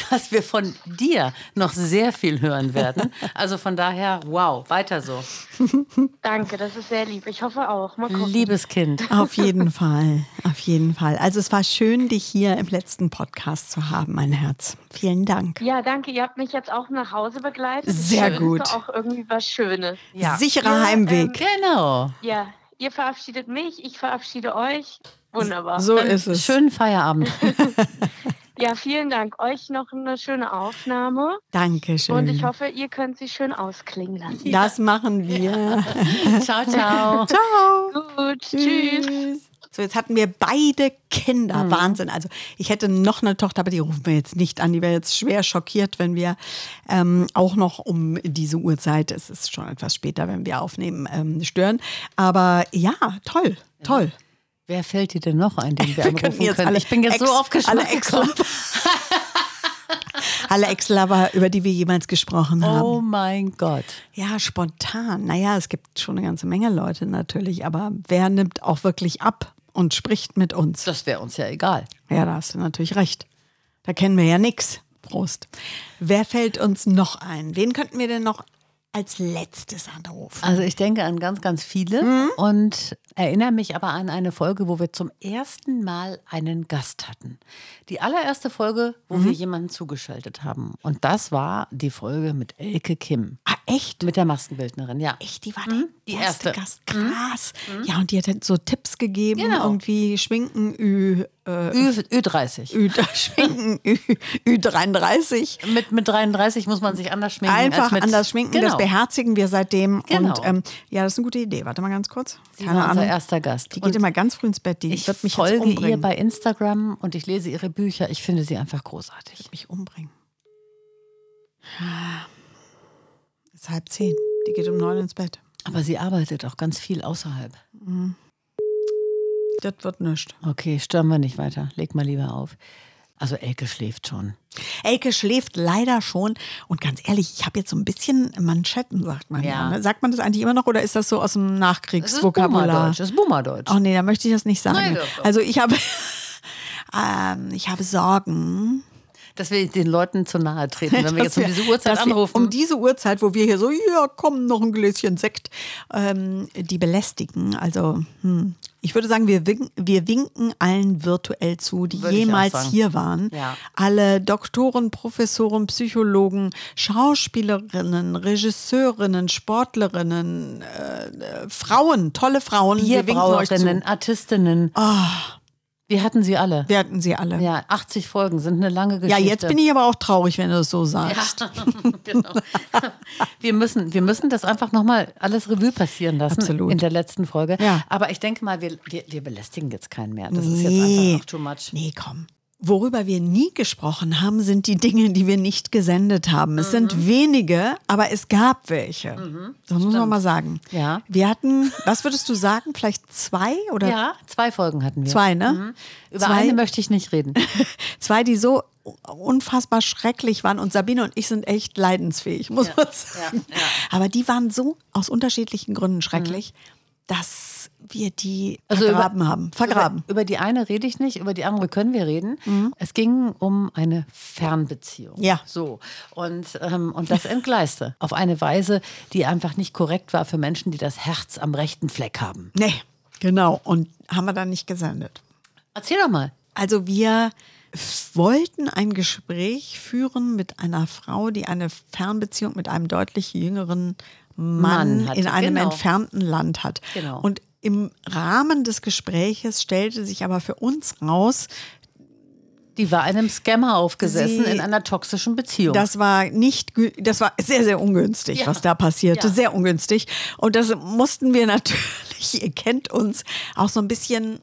B: dass wir von dir noch sehr viel hören werden. Also von daher, wow, weiter so.
G: Danke, das ist sehr lieb. Ich hoffe auch. Mal gucken.
B: Liebes Kind.
C: Auf jeden Fall, auf jeden Fall. Also es war schön, dich hier im letzten Podcast zu haben, mein Herz. Vielen Dank.
G: Ja, danke. Ihr habt mich jetzt auch nach Hause begleitet.
C: Sehr
G: das
C: gut.
G: Ist doch auch irgendwie was Schönes.
C: Sicherer
G: ähm,
C: Heimweg.
B: Genau.
G: Ja, ihr verabschiedet mich, ich verabschiede euch. Wunderbar.
C: so ist es.
B: Schönen Feierabend.
G: Ja, vielen Dank. Euch noch eine schöne Aufnahme
C: Dankeschön.
G: und ich hoffe, ihr könnt sie schön ausklingen lassen.
C: das machen wir. [LAUGHS]
B: ciao, [LAUGHS] ciao.
C: Ciao.
G: Gut, tschüss. Mhm.
C: So, jetzt hatten wir beide Kinder. Wahnsinn. Also ich hätte noch eine Tochter, aber die rufen wir jetzt nicht an. Die wäre jetzt schwer schockiert, wenn wir ähm, auch noch um diese Uhrzeit, es ist schon etwas später, wenn wir aufnehmen, ähm, stören. Aber ja, toll, toll.
B: Wer fällt dir denn noch ein, den wir, anrufen können?
C: alle
B: ich bin jetzt
C: Ex-
B: so aufgeschmissen.
C: Alle Ex-Lover. alle Ex-Lover, über die wir jemals gesprochen
B: Oh
C: haben.
B: mein Gott.
C: Ja, spontan. Naja, es gibt schon eine ganze Menge Leute natürlich, aber wer nimmt auch wirklich ab und spricht mit uns?
B: Das wäre uns ja egal.
C: Ja, da hast du natürlich recht. Da kennen wir ja nichts. Prost. Wer fällt uns noch ein? Wen könnten wir denn noch als letztes anrufen?
B: Also ich denke an ganz, ganz viele
C: Mhm.
B: und erinnere mich aber an eine Folge, wo wir zum ersten Mal einen Gast hatten. Die allererste
C: Mhm.
B: Folge, wo wir jemanden zugeschaltet haben. Und das war die Folge mit Elke Kim.
C: Ah, Echt?
B: Mit der Maskenbildnerin, ja.
C: Echt, die war
B: Mhm,
C: der
B: die erste.
C: erste
B: Mhm.
C: Gast. Krass. Ja, und die hat halt so Tipps gegeben,
B: Genau.
C: irgendwie Schminken Ü, äh,
B: Ü, Ü30.
C: Ü, [LAUGHS] Schminken Ü, Ü33.
B: Mit, mit 33 muss man sich anders schminken.
C: Einfach
B: als mit,
C: anders schminken,
B: genau.
C: das beherzigen wir seitdem.
B: Genau.
C: Und ähm, ja, das ist eine gute Idee. Warte mal ganz kurz.
B: Sie war unser erster Gast.
C: Die
B: Und
C: geht immer ganz früh ins Bett. Die
B: ich
C: wird mich jetzt
B: folge
C: umbringen.
B: ihr bei Instagram und ich lese ihre Bücher. Ich finde sie einfach großartig.
C: mich umbringen. Ah. Es ist halb zehn. Die geht um neun ins Bett. Mhm.
B: Aber sie arbeitet auch ganz viel außerhalb.
C: Das wird nichts.
B: Okay, stören wir nicht weiter. Leg mal lieber auf. Also Elke schläft schon.
C: Elke schläft leider schon. Und ganz ehrlich, ich habe jetzt so ein bisschen Manschetten, sagt man ja.
B: Ja.
C: ne? Sagt man das eigentlich immer noch oder ist das so aus dem Nachkriegsvokabular?
B: Boomerdeutsch. Das ist Boomerdeutsch.
C: Oh nee, da möchte ich das nicht sagen.
B: Nein, doch, doch.
C: also ich habe, [LAUGHS] ähm, ich habe Sorgen,
B: Dass wir den Leuten zu nahe treten, wenn wir
C: [LAUGHS] dass
B: [LAUGHS] jetzt um diese Uhrzeit
C: dass wir
B: anrufen.
C: Um diese Uhrzeit, wo wir hier so, ja, komm, noch ein Gläschen Sekt, ähm, die belästigen. Also, hm. ich würde sagen, wir, wink, wir winken allen virtuell zu, die
B: Würde ich auch
C: jemals
B: sagen.
C: hier waren.
B: Ja.
C: Alle Doktoren, Professoren, Psychologen, Schauspielerinnen, Regisseurinnen, Sportlerinnen, äh, äh, Frauen, tolle Frauen. Wir winken euch zu.
B: Bierbrauerinnen, Artistinnen. Ah. Wir hatten sie alle.
C: Wir hatten sie alle.
B: Ja, 80 Folgen sind eine lange
C: Ja,
B: Geschichte.
C: jetzt bin ich aber auch traurig, wenn du es so sagst.
B: Ja, [LAUGHS] genau. wir, müssen, wir müssen das einfach nochmal alles Revue passieren lassen
C: Absolut.
B: in der letzten Folge.
C: Ja.
B: Aber ich denke mal, wir, wir, wir belästigen jetzt keinen mehr. Das ist
C: Nee.
B: jetzt einfach auch too much.
C: Nee, komm. Worüber wir nie gesprochen haben, sind die Dinge, die wir nicht gesendet haben. Es
B: Mhm.
C: sind wenige, aber es gab welche. Das muss man mal sagen.
B: Ja.
C: Wir hatten, was würdest du sagen, vielleicht zwei oder
B: Ja, zwei Folgen hatten wir. Mhm.
C: zwei, ne?
B: Über
C: Zwei-
B: eine möchte ich nicht reden.
C: [LAUGHS] Zwei, die so unfassbar schrecklich waren. Und Sabine und ich sind echt leidensfähig, muss man sagen. Aber die waren so aus unterschiedlichen Gründen schrecklich, dass wir
B: Mhm.
C: die
B: Also über-
C: vergraben haben. Vergraben. Mhm.
B: Über, über die eine rede ich nicht, über die andere können wir reden. Es ging um eine Fernbeziehung.
C: Ja.
B: So. Und, ähm, und das entgleiste. Auf eine Weise, die einfach nicht korrekt war für Menschen, die das Herz am rechten Fleck haben.
C: nee, genau. Und haben wir dann nicht gesendet.
B: Erzähl doch mal.
C: Also wir f- wollten ein Gespräch führen mit einer Frau, die eine Fernbeziehung mit einem deutlich jüngeren Mann,
B: Mann hatte,
C: in einem
B: genau.
C: entfernten Land hat.
B: Genau.
C: Und im Rahmen des Gespräches stellte sich aber für uns raus,
B: Die war einem Scammer aufgesessen
C: Sie-
B: in einer toxischen Beziehung.
C: das war nicht, gü- das war sehr, sehr ungünstig,
B: Ja.
C: was da passierte,
B: Ja.
C: sehr ungünstig. Und das mussten wir [LAUGHS] natürlich, ihr kennt uns, auch so ein bisschen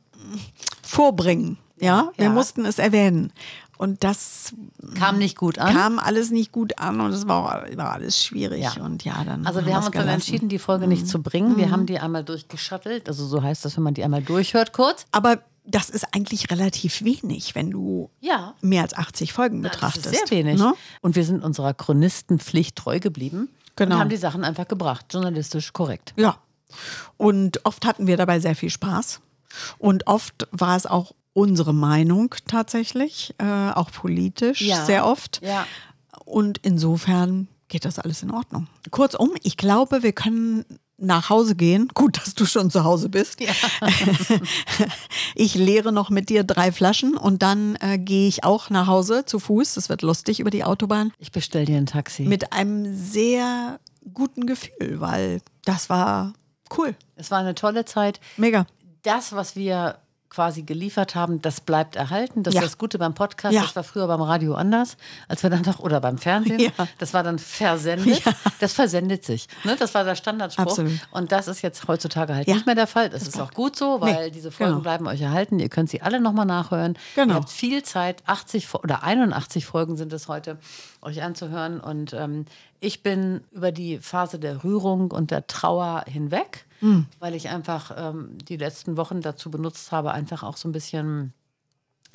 C: vorbringen. Ja, wir
B: Ja.
C: mussten es erwähnen. Und das
B: kam nicht gut an.
C: kam alles nicht gut an und es war, war alles schwierig.
B: Ja.
C: Und ja, dann
B: also wir haben uns
C: wir's
B: dann
C: gelassen. Mhm.
B: entschieden, die Folge nicht zu bringen. Wir haben die einmal durchgeschattelt. Also so heißt das, wenn man die einmal durchhört kurz.
C: Aber das ist eigentlich relativ wenig, wenn du
B: Ja.
C: mehr als 80 Folgen
B: Das
C: betrachtest.
B: ist sehr wenig.
C: ne?
B: Und wir sind unserer Chronistenpflicht treu geblieben
C: Genau.
B: und haben die Sachen einfach gebracht, journalistisch korrekt.
C: Ja. Und oft hatten wir dabei sehr viel Spaß. Und oft war es auch unsere Meinung tatsächlich, äh, auch politisch,
B: Ja.
C: sehr oft.
B: Ja.
C: Und insofern geht das alles in Ordnung. Kurzum, ich glaube, wir können nach Hause gehen. Gut, dass du schon zu Hause bist. [LAUGHS] ich leere noch mit dir drei Flaschen und dann äh, gehe ich auch nach Hause zu Fuß. Das wird lustig über die Autobahn.
B: Ich bestell dir ein Taxi.
C: Mit einem sehr guten Gefühl, weil das war cool.
B: es war eine tolle Zeit.
C: Mega.
B: Das, was wir quasi geliefert haben, das bleibt erhalten. Das
C: Ja.
B: ist das Gute beim Podcast.
C: Ja.
B: Das war früher beim Radio anders, als wir dann noch, oder beim Fernsehen.
C: Ja.
B: Das war dann versendet. Das versendet sich. Ne? Das war der Standardspruch.
C: Absolut.
B: Und das ist jetzt heutzutage halt
C: Ja.
B: nicht mehr der Fall. Das, ist auch gut so, weil
C: Nee,
B: diese Folgen
C: genau.
B: bleiben euch erhalten. Ihr könnt sie alle nochmal nachhören. Ihr
C: Genau.
B: habt viel Zeit, 80 Fo- oder 81 Folgen sind es heute, euch anzuhören. Und ähm, ich bin über die Phase der Rührung und der Trauer hinweg, weil ich einfach ähm, die letzten Wochen dazu benutzt habe, einfach auch so ein bisschen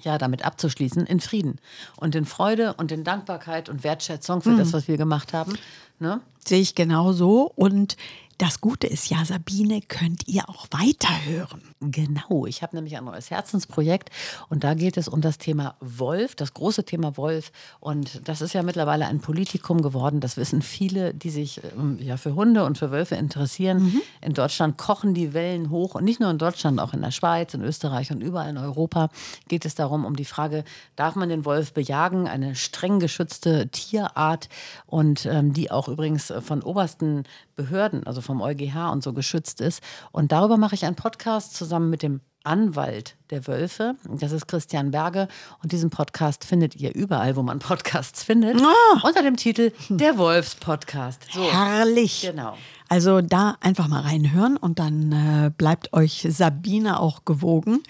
B: ja, damit abzuschließen, in Frieden und in Freude und in Dankbarkeit und Wertschätzung für das, was wir gemacht haben. Ne?
C: Sehe ich genauso. Und Das Gute ist ja, Sabine könnt ihr auch weiterhören.
B: Genau, ich habe nämlich ein neues Herzensprojekt und da geht es um das Thema Wolf, das große Thema Wolf. Und das ist ja mittlerweile ein Politikum geworden. Das wissen viele, die sich ähm, ja für Hunde und für Wölfe interessieren. In Deutschland kochen die Wellen hoch und nicht nur in Deutschland, auch in der Schweiz, in Österreich und überall in Europa geht es darum um die Frage, darf man den Wolf bejagen? Eine streng geschützte Tierart und ähm, die auch übrigens äh, von obersten Behörden, also vom EuGH und so geschützt ist. Und darüber mache ich einen Podcast zusammen mit dem Anwalt der Wölfe. Das ist Christian Berge. Und diesen Podcast findet ihr überall, wo man Podcasts findet. Unter dem Titel Der Wolfs-Podcast. So,
C: Herrlich.
B: Genau.
C: Also da einfach mal reinhören und dann äh, bleibt euch Sabine auch gewogen.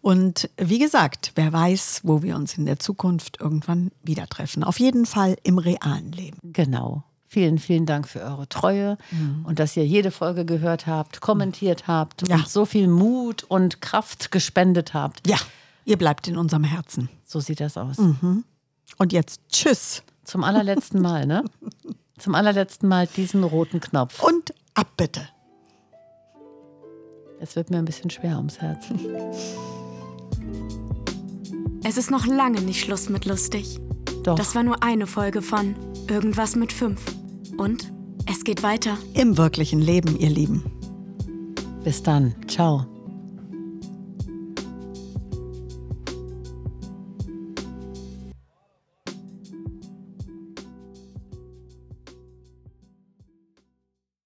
C: Und wie gesagt, wer weiß, wo wir uns in der Zukunft irgendwann wieder treffen. Auf jeden Fall im realen Leben.
B: genau. Vielen, vielen Dank für eure Treue und dass ihr jede Folge gehört habt, kommentiert habt
C: Ja.
B: und so viel Mut und Kraft gespendet habt.
C: Ja, ihr bleibt in unserem Herzen.
B: So sieht das aus.
C: Mhm. Und jetzt tschüss
B: Zum allerletzten Mal, ne? Zum allerletzten Mal diesen roten Knopf.
C: und ab bitte.
B: Es wird mir ein bisschen schwer ums Herz.
A: Es ist noch lange nicht Schluss mit lustig.
B: Doch.
A: Das war nur eine Folge von Irgendwas mit 5. Und es geht weiter.
C: Im wirklichen Leben, ihr Lieben.
B: Bis dann. Ciao.